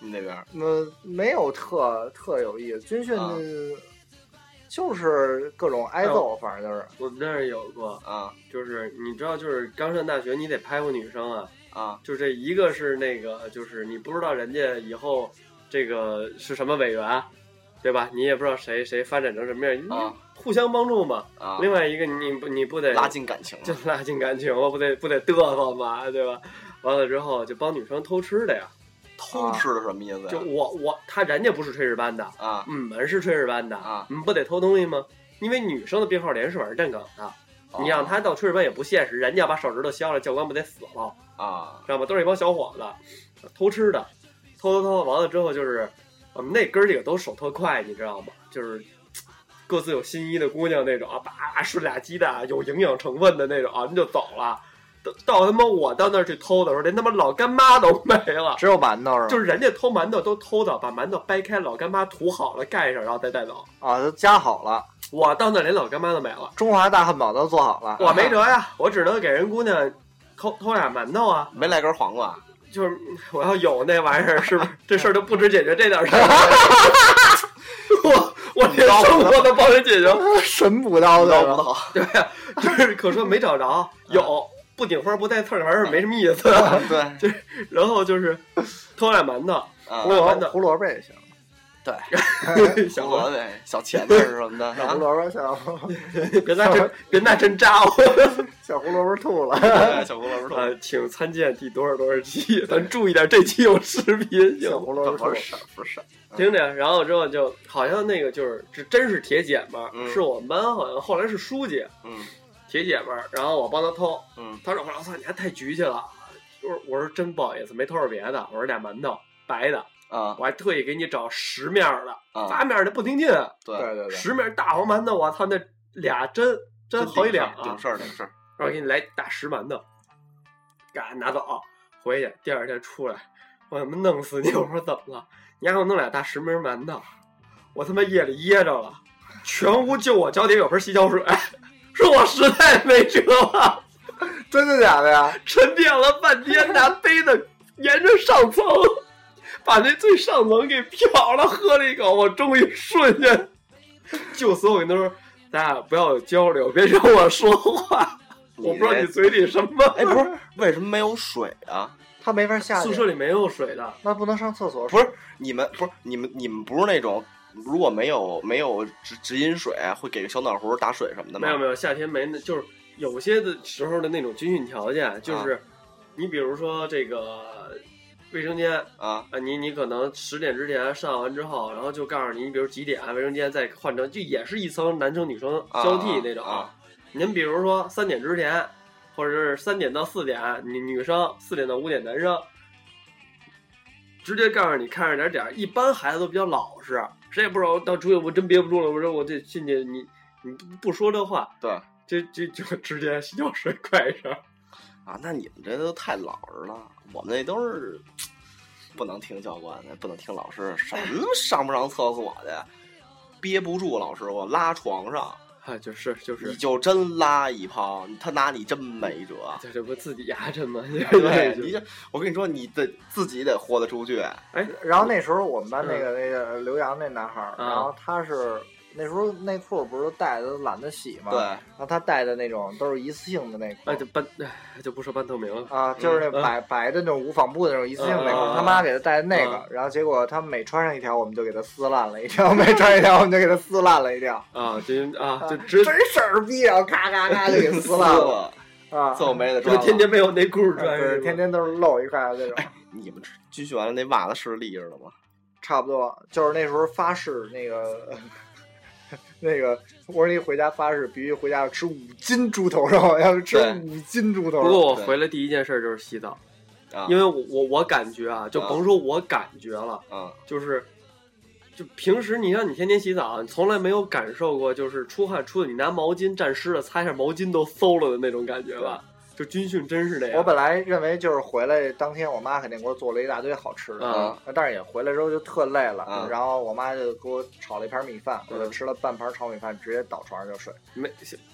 E: 你那边儿
A: 嗯，没有特特有意思，军训
E: 啊哎
A: 就是各种挨揍，反正就是
D: 我们那儿有过，
E: 啊
D: 就是你知道，就是刚上大学，你得拍过女生啊，
E: 啊
D: 就这一个是那个，就是你不知道人家以后这个是什么委员，啊对吧？你也不知道谁谁发展成什么样，你
E: 啊
D: 互相帮助嘛。
E: 啊！
D: 另外一个你不你不得
E: 拉近感
A: 啊
E: 情了
D: 就拉近感情嘛，不得不得嘚瑟嘛，对吧？完了之后就帮女生偷吃的呀，
E: 偷吃的什么意思
D: 就
E: 呀？
D: 我我他人家不是炊事班的，
E: 啊
D: 我们是炊事班的
E: 啊
D: 你不得偷东西吗？因为女生的编号连是往上站岗的，
E: 哦
D: 你让她到炊事班也不现实，人家把手指头削了，教官不得死了，
E: 啊
D: 知道吗？都是一帮小伙子，偷吃的，偷偷偷，完了之后就是我们那哥儿几个都手特快，你知道吗？就是各自有心仪的姑娘那种啊，叭顺俩鸡蛋，有营养成分的那种啊，你就走了。到到他妈我到那儿去偷的时候，连他妈老干妈都没了，
A: 只有馒头是吧？
D: 就是人家偷馒头都偷的，把馒头掰开，老干妈涂好了盖上，然后再带走。
A: 啊，都加好了，
D: 我到那儿连老干妈都没了，
A: 中华大汉堡都做好了，啊
D: 我没辙呀，我只能给人姑娘偷偷俩馒头啊。
E: 没来根黄瓜
D: 就是我要有那玩意儿，是不是这事儿就不止解决这点事儿？ 我我连生活都帮人解决，
A: 神补刀
E: 不
A: 的
E: 到
A: 是
E: 不
A: 吧，
E: 到，
D: 对呀，就是可说没找着，有不顶花不带刺儿，玩意儿没什么意思。
E: 对
D: 然后就是偷俩馒头，
E: 啊
A: 胡，萝
D: 馒头
A: 胡萝卜也行，
D: 小
E: 小
D: 伙
E: 萝卜、小茄子什么的啊
A: 小胡萝卜小
D: 子别拿针别拿针扎我。
A: 小胡萝卜吐了，
E: 啊，小胡萝卜
D: 呃，请参见第多少多少期，咱注意点，这期有视频，行
A: 小
D: 吗
A: 胡萝卜
E: 不
A: 吐
E: 是事儿不是事儿
D: 听着，然后之后就好像那个就是这真是铁姐们儿，
E: 嗯
D: 是我们班好像后来是书记
E: 嗯
D: 铁姐们儿，然后我帮她偷，
E: 嗯
D: 她说我操你还太局气了，我说我说真不好意思，没偷着别的，我说俩馒头白的，
E: 啊
D: 我还特意给你找十面儿的，
E: 啊
D: 八面儿的不听进，
E: 对，
A: 对对对，
D: 十面儿大黄馒头，我操那俩真真好几两啊
E: 顶，事儿顶事儿，
D: 然后给你来大石馒头，嘎拿走，回去第二天出来，我他妈弄死你！我说怎么了？你还给我弄俩大石门馒头，我他妈夜里噎着了，全屋就我脚底有盆洗脚水， 说我实在没辙了，
A: 真的假的呀？
D: 沉淀了半天，拿杯子沿着上层， 把那最上层给漂了，喝了一口，我终于瞬 间，就所有人都说，咱俩不要有交流，别跟我说话，我不知道 你
E: 这
D: 嘴里 什么。
E: 哎不是为什么没有水啊？
A: 他没法下去，
D: 宿舍里没有水的，
A: 那不能上厕所，
E: 不是你们不是你们你们不是那种如果没有没有直直饮水啊会给个小暖壶打水什么的吗？
D: 没有没有，夏天没那，就是有些的时候的那种军训条件，就是你比如说这个卫生间啊、
E: 有啊
D: 你你可能十点之前上完之后，然后就告诉你，你比如几点卫生间再换成，就也是一层男生女生
E: 啊
D: 交替那种。
E: 啊
D: 您比如说三点之前，或者是三点到四点，女女生四点到五点男生，直接告诉你看着点儿点儿。一般孩子都比较老实，谁也不知道到出去我真憋不住了，我说我这进去你你不说这话，
E: 对，
D: 就就就直接 洗脚水快一声。
E: 啊，那你们这都太老实了，我们那都是不能听教官的，不能听老师，什么上不上厕所的，憋不住老师我拉床上，
D: 啊，就是就是
E: 你，哎就真拉一泡，他拿你真没辙。
D: 就这不自己牙碜吗？
E: 对，
D: 就
E: 你这我跟你说，你得自
A: 啊
E: 己得豁得出去。
A: 然后那时候我们班那个那个刘洋那男孩儿，
D: 嗯
A: 然后他是那时候内裤不是都带的懒得洗嘛，
E: 对，
A: 然后他带的那种都是一次性的内裤
D: 哎，就半哎就不说半透明了，
A: 啊，就是那白白的那种无纺布的那种一次性内
D: 嗯嗯嗯嗯
A: 裤，他妈给他带的那个，然后结果他每穿上一条，我们就给他撕烂了一条，每穿一条我们就给他撕烂了一 条，
D: 啊，就啊
A: 啊
D: 就
A: 真
D: 直
A: 事儿逼，然后咔咔咔就给撕烂了
E: 了，
A: 啊，
E: 皱眉的
D: 就
E: 抓
D: 天
E: 了
D: 天没有内裤
A: 啊
D: 穿，是
A: 对，
D: 吧
A: 天天都是露一块这种，
E: 你们军训完了那袜子是立着的吗？
A: 差不多就是那时候发誓那个。 那个，我说你回家发誓必须回家要吃五斤猪头肉，要是吃
E: 对
A: 五斤猪头
D: 不过
A: 肉，
D: 我回来第一件事儿就是洗澡，
E: 啊，
D: 因为我我我感觉啊，就
E: 啊
D: 甭说我感觉了，
E: 啊
D: 就是就平时你让你天天洗澡，你从来没有感受过就是出汗出的，你拿毛巾沾湿了擦一下毛巾都馊了的那种感觉吧？就军训真是这样。
A: 我本来认为就是回来当天，我妈肯定给我做了一大堆好吃的，
D: 啊
A: 但是也回来之后就特累了，
E: 啊
A: 然后我妈就给我炒了一盘米饭，
D: 嗯
A: 我就吃了半盘炒米饭，直接倒床上就睡。
D: 没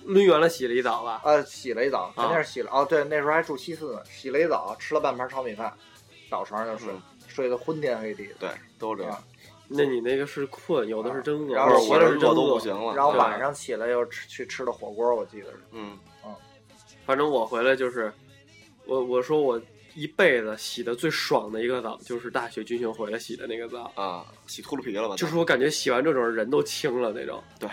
D: 抡圆了洗了一澡吧？
A: 呃，洗了一澡，
D: 嗯
A: 肯定是洗了。哦，对，那时候还住西四呢，洗了一澡，吃了半盘炒米饭，倒床上就睡，
E: 嗯
A: 睡得昏天黑地的。
E: 对，都这样。
D: 那你那个是困，有的是真饿，
A: 啊然
E: 不
A: 后
E: 是
D: 有
E: 我
D: 的
E: 这
D: 是真
E: 热都不
D: 饿。
E: 行了，
A: 然后
E: 对
A: 晚上起来又吃去吃的火锅，我记得是。
E: 嗯，
D: 反正我回来就是，我我说我一辈子洗的最爽的一个澡，就是大学军训回来洗的那个澡，
E: 啊，洗秃噜皮了吧？
D: 就是我感觉洗完这种人都轻了那种。
E: 对。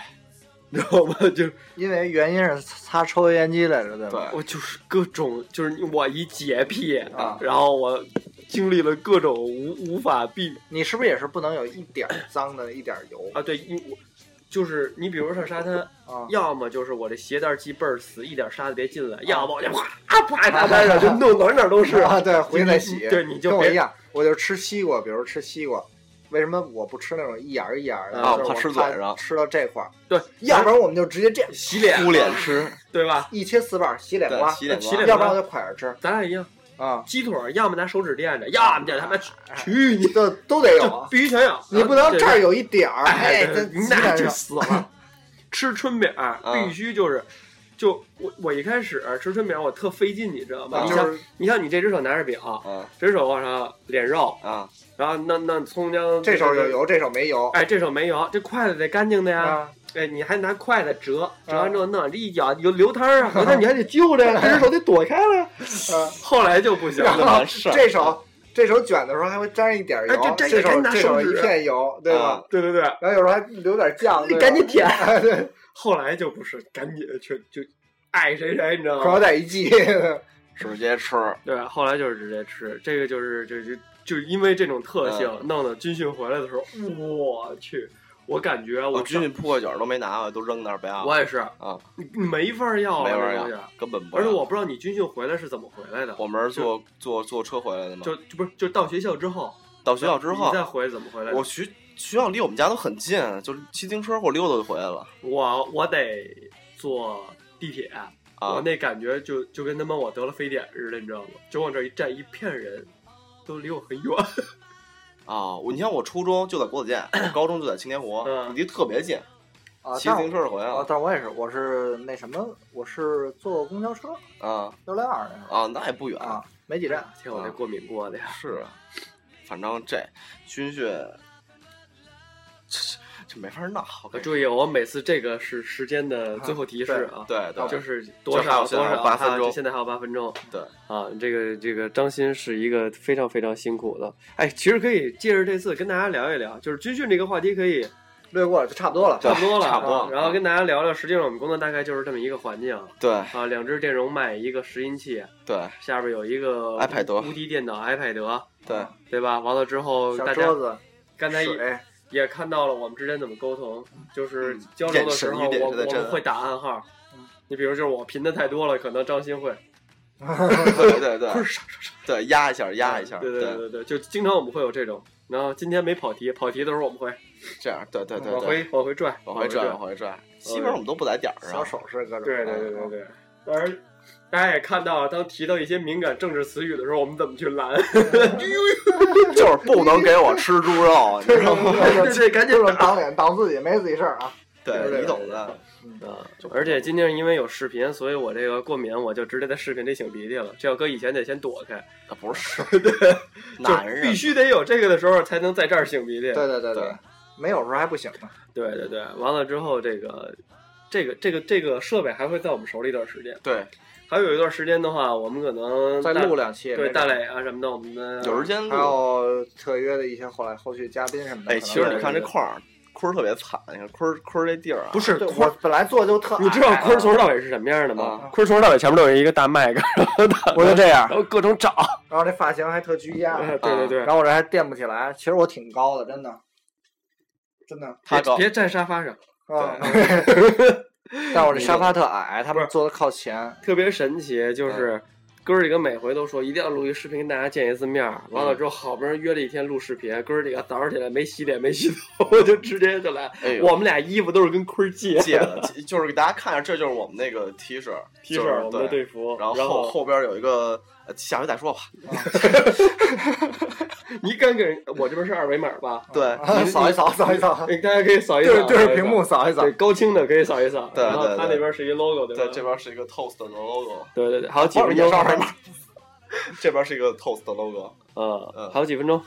D: 你知道吗？就
A: 因为原因是擦抽油烟机来着，对吧？
E: 对
D: 我就是各种，就是我一洁癖，
A: 啊
D: 然后我经历了各种无无法避
A: 你是不是也是不能有一点儿脏的，一点儿油
D: 啊，对，一我就是你比如上沙滩，
A: 啊？
D: 要么就是我这鞋带系倍儿死，一点沙子别进来，要么我就啪啪一大单上就弄哪儿哪儿都是。
A: 啊，对，回去再洗。
D: 对，你就
A: 跟我
D: 别
A: 一样，我就吃西瓜，比如吃西瓜，为什么我不吃那种一眼儿一眼儿的？
E: 啊
A: 就是
E: 怕
A: 我
E: 吃
A: 怕
E: 嘴上
A: 吃到这块儿，
D: 对，
A: 要不然我们就直接这样
D: 洗脸
E: 敷脸吃，
D: 对吧？
A: 一切四瓣儿洗脸
E: 对
A: 瓜，
E: 洗脸瓜
D: 洗脸
A: 要不然我就蒯着吃
D: 咱俩一样，
A: 啊，
D: 鸡腿儿要么拿手指垫着，要么就他妈去去你，
A: 都都得有
D: 就
A: 啊，
D: 必须全有。
A: 你不能
D: 对
A: 这儿，有一点儿，
D: 哎，
A: 哎，
D: 对
A: 这
D: 对
A: 鸡
D: 那
A: 蛋啊
D: 就
A: 上
D: 死了。吃春饼儿
E: 嗯
D: 必须就是，就我我一开始吃春饼儿我特费劲，你知道吗？
E: 啊
D: 你
A: 就
D: 像
A: 是
D: 你像你这只手拿着饼，
E: 啊
D: 这手往上脸肉，
E: 啊，
D: 然后弄弄葱姜，
A: 这手有油，这手没油
D: 哎，这手没油，这筷子得干净的呀。
A: 啊，
D: 哎，你还拿筷子折，折完之后弄，这一脚有流 汤儿啊，流汤你还得揪着呀，这只手得躲开了呀。
A: 啊
D: 后来就不行
E: 那
D: 了。
E: 完事儿
A: 这手这手卷的时候还会沾一点儿油
D: 哎，这
A: 这
D: 这个
A: 手
D: 赶紧拿
A: 这手
D: 手指
A: 一片油，对吧
E: 啊？
D: 对对对，
A: 然后有时候还留点酱， 对吧
D: 赶紧舔。
A: 哎对，
D: 后来就不是，赶紧去就爱谁谁，你知道
A: 口
D: 吗？
A: 袋一系，
E: 直接吃，
D: 对，后来就是直接吃，这个就是就就就因为这种特性，
E: 嗯
D: 弄得军训回来的时候，我去，我感觉
E: 我
D: 我
E: 嗯哦军
D: 上
E: 训破卷都没拿，啊都扔那儿不要了
D: 我也是
E: 啊，
D: 你你没法要啊
E: 没
D: 这
E: 玩
D: 东
E: 意
D: 西，
E: 儿，根本不
D: 而
E: 要。啊
D: 且我不知道你军训回来是怎么回来的，
E: 我们是坐坐坐车回来的嘛，
D: 就就不是就到学校之后，
E: 到学校之后
D: 你，再回来怎么回来的？
E: 我学学校离我们家都很近，就是骑自行车或者溜达就回来了
D: 我我得坐地铁，我
E: 啊。
D: 那感觉就就跟他妈我得了非典似的，你知道吗？就往这儿一站，一片人都离我很远。
E: 啊，我你像我初中就在国子监，我高中就在青年湖
D: 嗯，
E: 离特别近，
A: 啊
E: 骑
A: 但
E: 自
A: 我
E: 行车就回来
A: 啊
E: 了，
A: 但我也是，我是那什么，我是坐公交车
E: 啊
A: 六零二那时候
E: 啊，那也不远
A: 啊，没几站。
D: 天，我这过敏过的呀！
E: 是啊，反正这军训，这这没法闹。我跟你说
D: 注意，我每次这个是时间的最后提示啊，
E: 对对，
D: 就是多
E: 就还
D: 少
E: 有现
D: 多
E: 在还有
D: 少，
E: 八分
D: 啊
E: 钟
D: 现在还有八分钟。
E: 对
D: 啊，这个这个张鑫是一个非常非常辛苦的。哎，其实可以借着这次跟大家聊一聊，就是军训这个话题可以
A: 略过了就差不多了。
D: 差不多了，
E: 差不多
D: 啊然后跟大家聊聊，实际上我们工作大概就是这么一个环境
E: 对
D: 啊，两只电容麦，一个拾音器，
E: 对
D: 下边有一个
E: iPad 得
D: 无敌电脑 iPad 得，
E: 对，
D: 对吧？完了之后，
A: 小
D: 大
A: 桌
D: 家
A: 子、
D: 刚才也
A: 水，
D: 也看到了我们之间怎么沟通，就是交流
E: 眼
D: 的时
E: 神
D: 候，
E: 与眼
D: 我
E: 神的
D: 我
E: 震
D: 们
E: 撼
D: 会打暗号。你比如就是我拼的太多了，可能张鑫会
E: 对对对
D: 不是啥啥啥
E: 对，压一下压一下，
D: 对对对对，就经常我们会有这种。然后今天没跑题，跑题的时候我们会
E: 这样对对对
D: 往
E: 对，
D: 回往回拽，
E: 往回拽往回拽，基本上我们都不在点儿
A: 小
E: 上。
A: 首饰各种。
D: 对对对对对。而大家也看到，当提到一些敏感政治词语的时候，我们怎么去拦？
E: 就是不能给我吃猪肉，你知道 吗？
D: 对对，赶紧
A: 就是
D: 打
A: 挡脸 挡自己，没自己事儿啊。
E: 对你懂的。
D: 啊！而且今天因为有视频，所以我这个过敏，我就直接在视频里擤鼻涕了。这要搁以前得先躲开，
E: 啊不是，
D: 对，
E: 男
D: 就
E: 人
D: 必须得有这个的时候，才能在这儿擤鼻涕。
A: 对对对
E: 对，
A: 没有时候还不行呢。
D: 对对对，完了之后，这个这个这个这个设备还会在我们手里一段时间，
E: 对，
D: 还有一段时间的话，我们可能
A: 再
D: 大
A: 录两期也没
D: 对
A: 准，
D: 大磊啊什么的，我们的
E: 有时间录。
A: 还有特约的一些后来后续嘉宾什么的。
E: 哎，
A: 可
E: 其
A: 能
E: 实
A: 也
E: 你看
A: 是
E: 这块儿，坤儿特别惨，你看坤儿坤儿这地儿啊，
D: 不是
A: 对
D: 坤
A: 我
D: 儿。
A: 本来做就特矮，啊
D: 你知道坤儿从头到尾是什么样的吗
E: 啊？
D: 坤儿从头到尾前面都有一个大麦克，
A: 我就这样
D: 然，后各种找。
A: 然后这发型还特居 家，
D: 对对对
A: 然，后我这还垫不起来。其实我挺高的，真的，真的
E: 他
D: 别
E: 高，
D: 别站沙发上，
A: 啊。 但我这沙发特矮，他们坐的靠前。
E: 嗯
D: 特别神奇，就是哥儿几个每回都说一定要录一视频跟大家见一次面儿，完
E: 嗯
D: 了之后好不容易约了一天录视频，哥儿几个早上起来没洗脸没洗头 就直接就来，
E: 哎呦
D: 我们俩衣服都是跟坤儿借
E: 借的， 就是给大家看一下，这就是我们那个 T 恤
D: T
E: 就
D: 恤
E: 是
D: 儿我们
E: 对
D: 的队服，
E: 然
D: 然
E: 后后后边有一个，呃下回再说吧。
D: 你敢给我这边是二维码吧？
E: 对，
A: 啊扫一扫，扫一扫，
D: 你大家可以扫一
A: 对
D: 扫，
A: 着对着
D: 扫一扫
A: 屏幕扫一扫
D: 对，高清的可以扫一扫，
E: 对
D: 然后
E: 对
D: 它
E: 对
D: 那边是一 logo，对吧？
E: 对，这边是一个 Toast 的 logo，
D: 对对对，还有几
E: 不是
D: 分
E: 也
D: 钟
E: 是二维码。这边是一个 Toast 的 logo，
D: 嗯
E: 嗯，
D: 还有几分钟？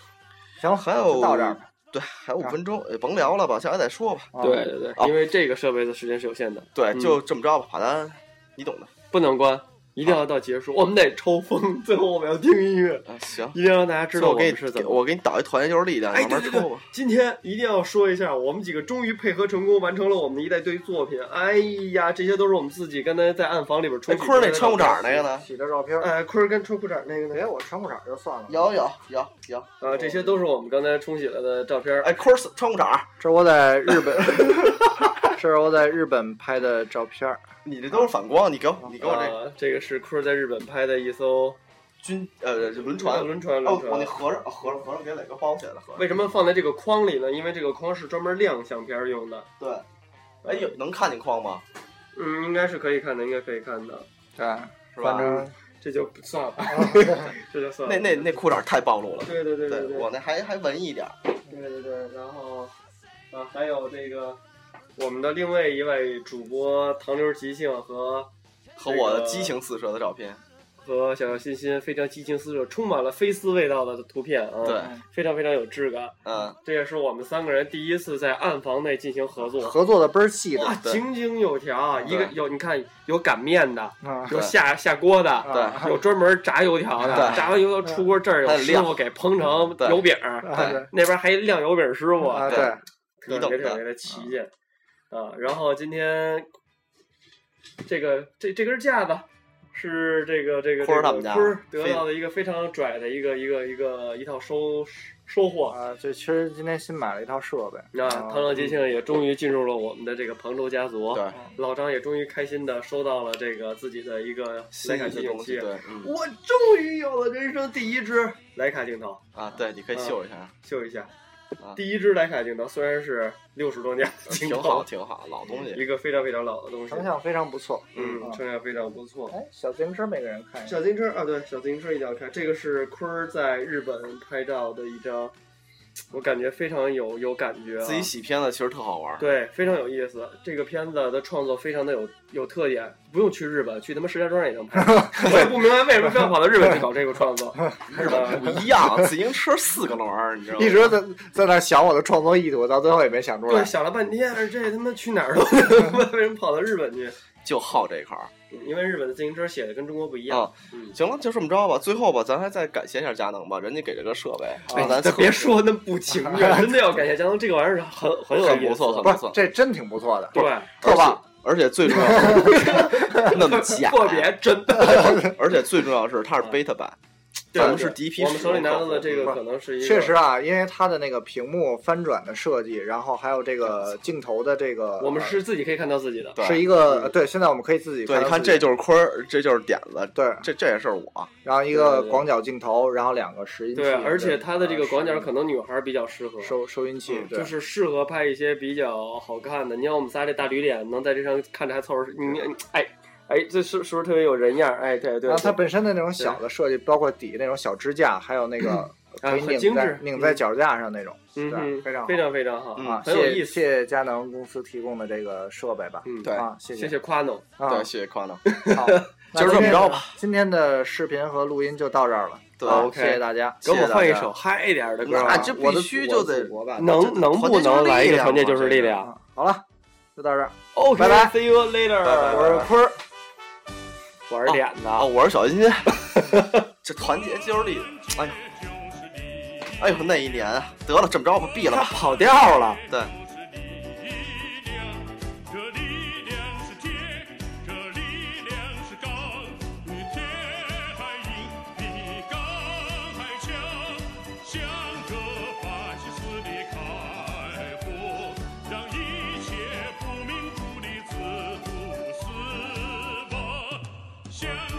A: 行，
E: 还有
A: 就到这儿吧。
E: 对，还有五分钟，也甭聊了吧，下回再说吧。
A: 啊
D: 对，对对，
E: 啊
D: 因为这个设备的时间是有限的，
E: 对，
D: 嗯
E: 就这么着吧，把咱，你懂的。
D: 不能关，
E: 啊
D: 一定要到结束，我们得抽风， 最后我们要听音乐，
E: 啊，行，
D: 一定要让大家知道
E: 我给
D: 们
E: 你
D: 是怎么。
E: 我给你导一团结就是力量，
D: 哎，
E: 慢
D: 对
E: 慢
D: 对
E: 抽
D: 对
E: 吧。，
D: 今天一定要说一下，我们几个终于配合成功，完成了我们的一大堆作品。哎呀，这些都是我们自己刚才在暗房里边
E: 哎，
D: 冲。
E: 坤儿那穿裤衩那个？呢？
A: 洗着照片儿，
D: 哎，坤儿跟穿裤衩那个呢？
A: 别我穿裤衩就算了。
E: 有有有有。
D: 啊，这些都是我们刚才冲洗了的照片。
E: 哎，坤儿是穿裤衩，
A: 这是我在日本， 这是我在日本拍的照片儿。
E: 你这都是反光，你给我你给我这
D: 啊，这个是坤儿在日本拍的一艘啊
E: 军呃轮船。
D: 轮船，
E: 哦
D: 轮，船。
E: 我那合着合着合着给磊哥包起来了，合着。
D: 为什么放在这个框里呢？因为这个框是专门亮相片用的。
E: 对，哎有能看见框吗？
D: 嗯，应该是可以看的，应该可以看的。
A: 对，
E: 是吧
A: 反？正
D: 这就不算了， 这就算了。
E: 哦那那那裤衩太暴露了。
D: 对对对对，
E: 我那还还文艺点儿。
D: 对对对，然后啊，还有这个我们的另外一位主播唐流即兴和
E: 和我的激情四射的照片，
D: 和小小欣欣非常激情四射，充满了菲斯味道的图片啊，
E: 对，
D: 非常非常有质感。
E: 嗯，
D: 这也是我们三个人第一次在暗房内进行合作，
A: 合作的倍儿细致
D: 哇，
E: 对
D: 井井有条啊！一
E: 对
D: 个有你看有擀面的，
A: 啊。
D: 有
E: 对
D: 下下锅的，
E: 对
A: 啊
D: 有专门炸油条的，
E: 对
D: 炸完油条出锅，这儿有
E: 还得
D: 师
E: 晾
D: 傅给烹成
E: 对
D: 油饼儿，
A: 啊对
D: 那边还晾油饼师傅，
A: 啊
E: 对
A: 对，
E: 你懂的
D: 特别特别的旗舰啊。然后今天这个这这根架子是这个这个
E: 坤
D: 这
E: 儿他
D: 个
E: 们家
D: 坤儿得到的一个非常拽的一个一个一个一套收收获。
A: 啊，这其实今天新买了一套设备。
D: 那唐乐即兴也终于进入了我们的这个旁州家族，
E: 对，
D: 老张也终于开心的收到了这个自己的一个徕
E: 新
D: 卡
E: 一
D: 即
E: 些
D: 兴
E: 东西，
D: 器，
E: 对，嗯
D: 我终于有了人生第一支徕卡镜头，
E: 啊，对，你可以秀一下，
D: 秀一下
E: 啊。
D: 第一支徕卡镜头虽然是六十多年的镜
E: 挺好，
D: 头，
E: 挺好，老东
D: 一
E: 西，
D: 个非常非常老的东西，
A: 成像非常不错。
D: 嗯，
A: 啊
D: 成像非常不错。
A: 哎，小自行车每个人看一下。
D: 小自行车啊，对，小自行车一定要看。这个是坤儿在日本拍照的一张，我感觉非常有有感觉、啊，
E: 自己洗片子其实特好玩儿，
D: 对，非常有意思。这个片子的创作非常的有有特点，不用去日本，去他妈石家庄 也能拍。我也不明白为什么非要跑到日本去搞这个创作。啊日本
E: 不一样，自行车四个轮儿，你知道吗
A: 一？直在在那儿想我的创作意图，到最后也没想出来
D: 对，。想了半天，哎这他妈去哪儿都 为什么跑到日本去？
E: 就好这口儿。
D: 因为日本的自行车写的跟中国不一样。
E: 啊
D: 嗯，
E: 行了，就这么着吧。最后吧，咱还再感谢一下佳能吧，人家给这个设备，
D: 哎
E: 让，咱
D: 咱
E: 测
D: 别说那不情 愿，真的要感谢江东，这个玩意儿是很很有
E: 很
D: 意
E: 不
D: 思
E: 错，很
A: 不
E: 不
A: 是
E: 错，，
A: 这真挺不错的，
D: 对，
E: 特棒。而且最重要的 是，那么假，
D: 特别真。
E: 而且最重要的是，它是 beta 版，
D: 对啊
E: 咱们是第一批
D: 我们手里拿到的这
E: 使用
D: 个
E: 客
D: 可能是一个
A: 确实，啊，因为它的那个屏幕翻转的设计，然后还有这个镜头的这个，
D: 我们是嗯自己可以看到自己的。
E: 对
A: 是一个呃对，现在我们可以自己
E: 对，你
A: 到
E: 看
A: 自己
E: 这就是坤儿，这就是点子，
A: 对，
E: 这这也是我，
A: 然后一
D: 对
A: 个
D: 对对
A: 广角镜头，然后两个拾音器，
D: 对，而且它的这
E: 啊
D: 个
A: 呃
D: 广角
A: 收
D: 可能女孩比较适合，
A: 收收音器
E: 嗯，
A: 对
D: 就是适合拍一些比较好看的。你看我们仨这大驴脸，能在这上看着还凑合，你你哎哎，这是是不是特别有人样儿？哎，对对
A: 然后它
D: 对，
A: 本身的那种小的设计，包括底那种小支架，还有那个可以
D: 啊很
A: 拧
D: 精
A: 在
D: 致
A: 拧在
D: 嗯
A: 脚架上那种，
D: 嗯
A: 对，
D: 哼，
A: 非常
D: 非
A: 好
D: 常非常好
E: 嗯
A: 啊，
D: 很有
A: 谢
D: 意
A: 谢
D: 思。
A: 谢佳能公司提供的这个设备吧，
D: 嗯，
E: 对
A: 啊，谢
D: 谢谢夸侬。
A: 啊，
E: 对，谢谢夸张。
A: 好，那
E: 就是这么着吧
A: 今天的。今天的视频和录音就到这儿了，
E: 对
A: 啊
D: OK
A: 谢谢大家。
D: 给我们换一
E: 谢谢大家
D: 首嗨一点儿的歌
E: 那
D: 吧。
E: 这
A: 我的
E: 必须就得
A: 我的祖国吧
D: 能能不能来一个团
E: 团
D: 结
E: 结
D: 就是力？量
A: 啊，好了，就到这儿。
D: ？OK，
A: 拜拜
D: s e e you later
E: 拜拜
D: 我
E: 拜
D: 是
E: 拜
D: 坤儿，我是脸子
E: 啊，，我是小欣欣， 这团结就是力量。哎呦，哎呦，那一年啊，得了，这么着吧，毙了
D: 他
E: 吧。
D: 跑调了。
E: 对，
B: 这力量是铁，这力量是钢，比铁还硬，比钢还强。向着法西斯的开火，让一切不民主的制度死亡。向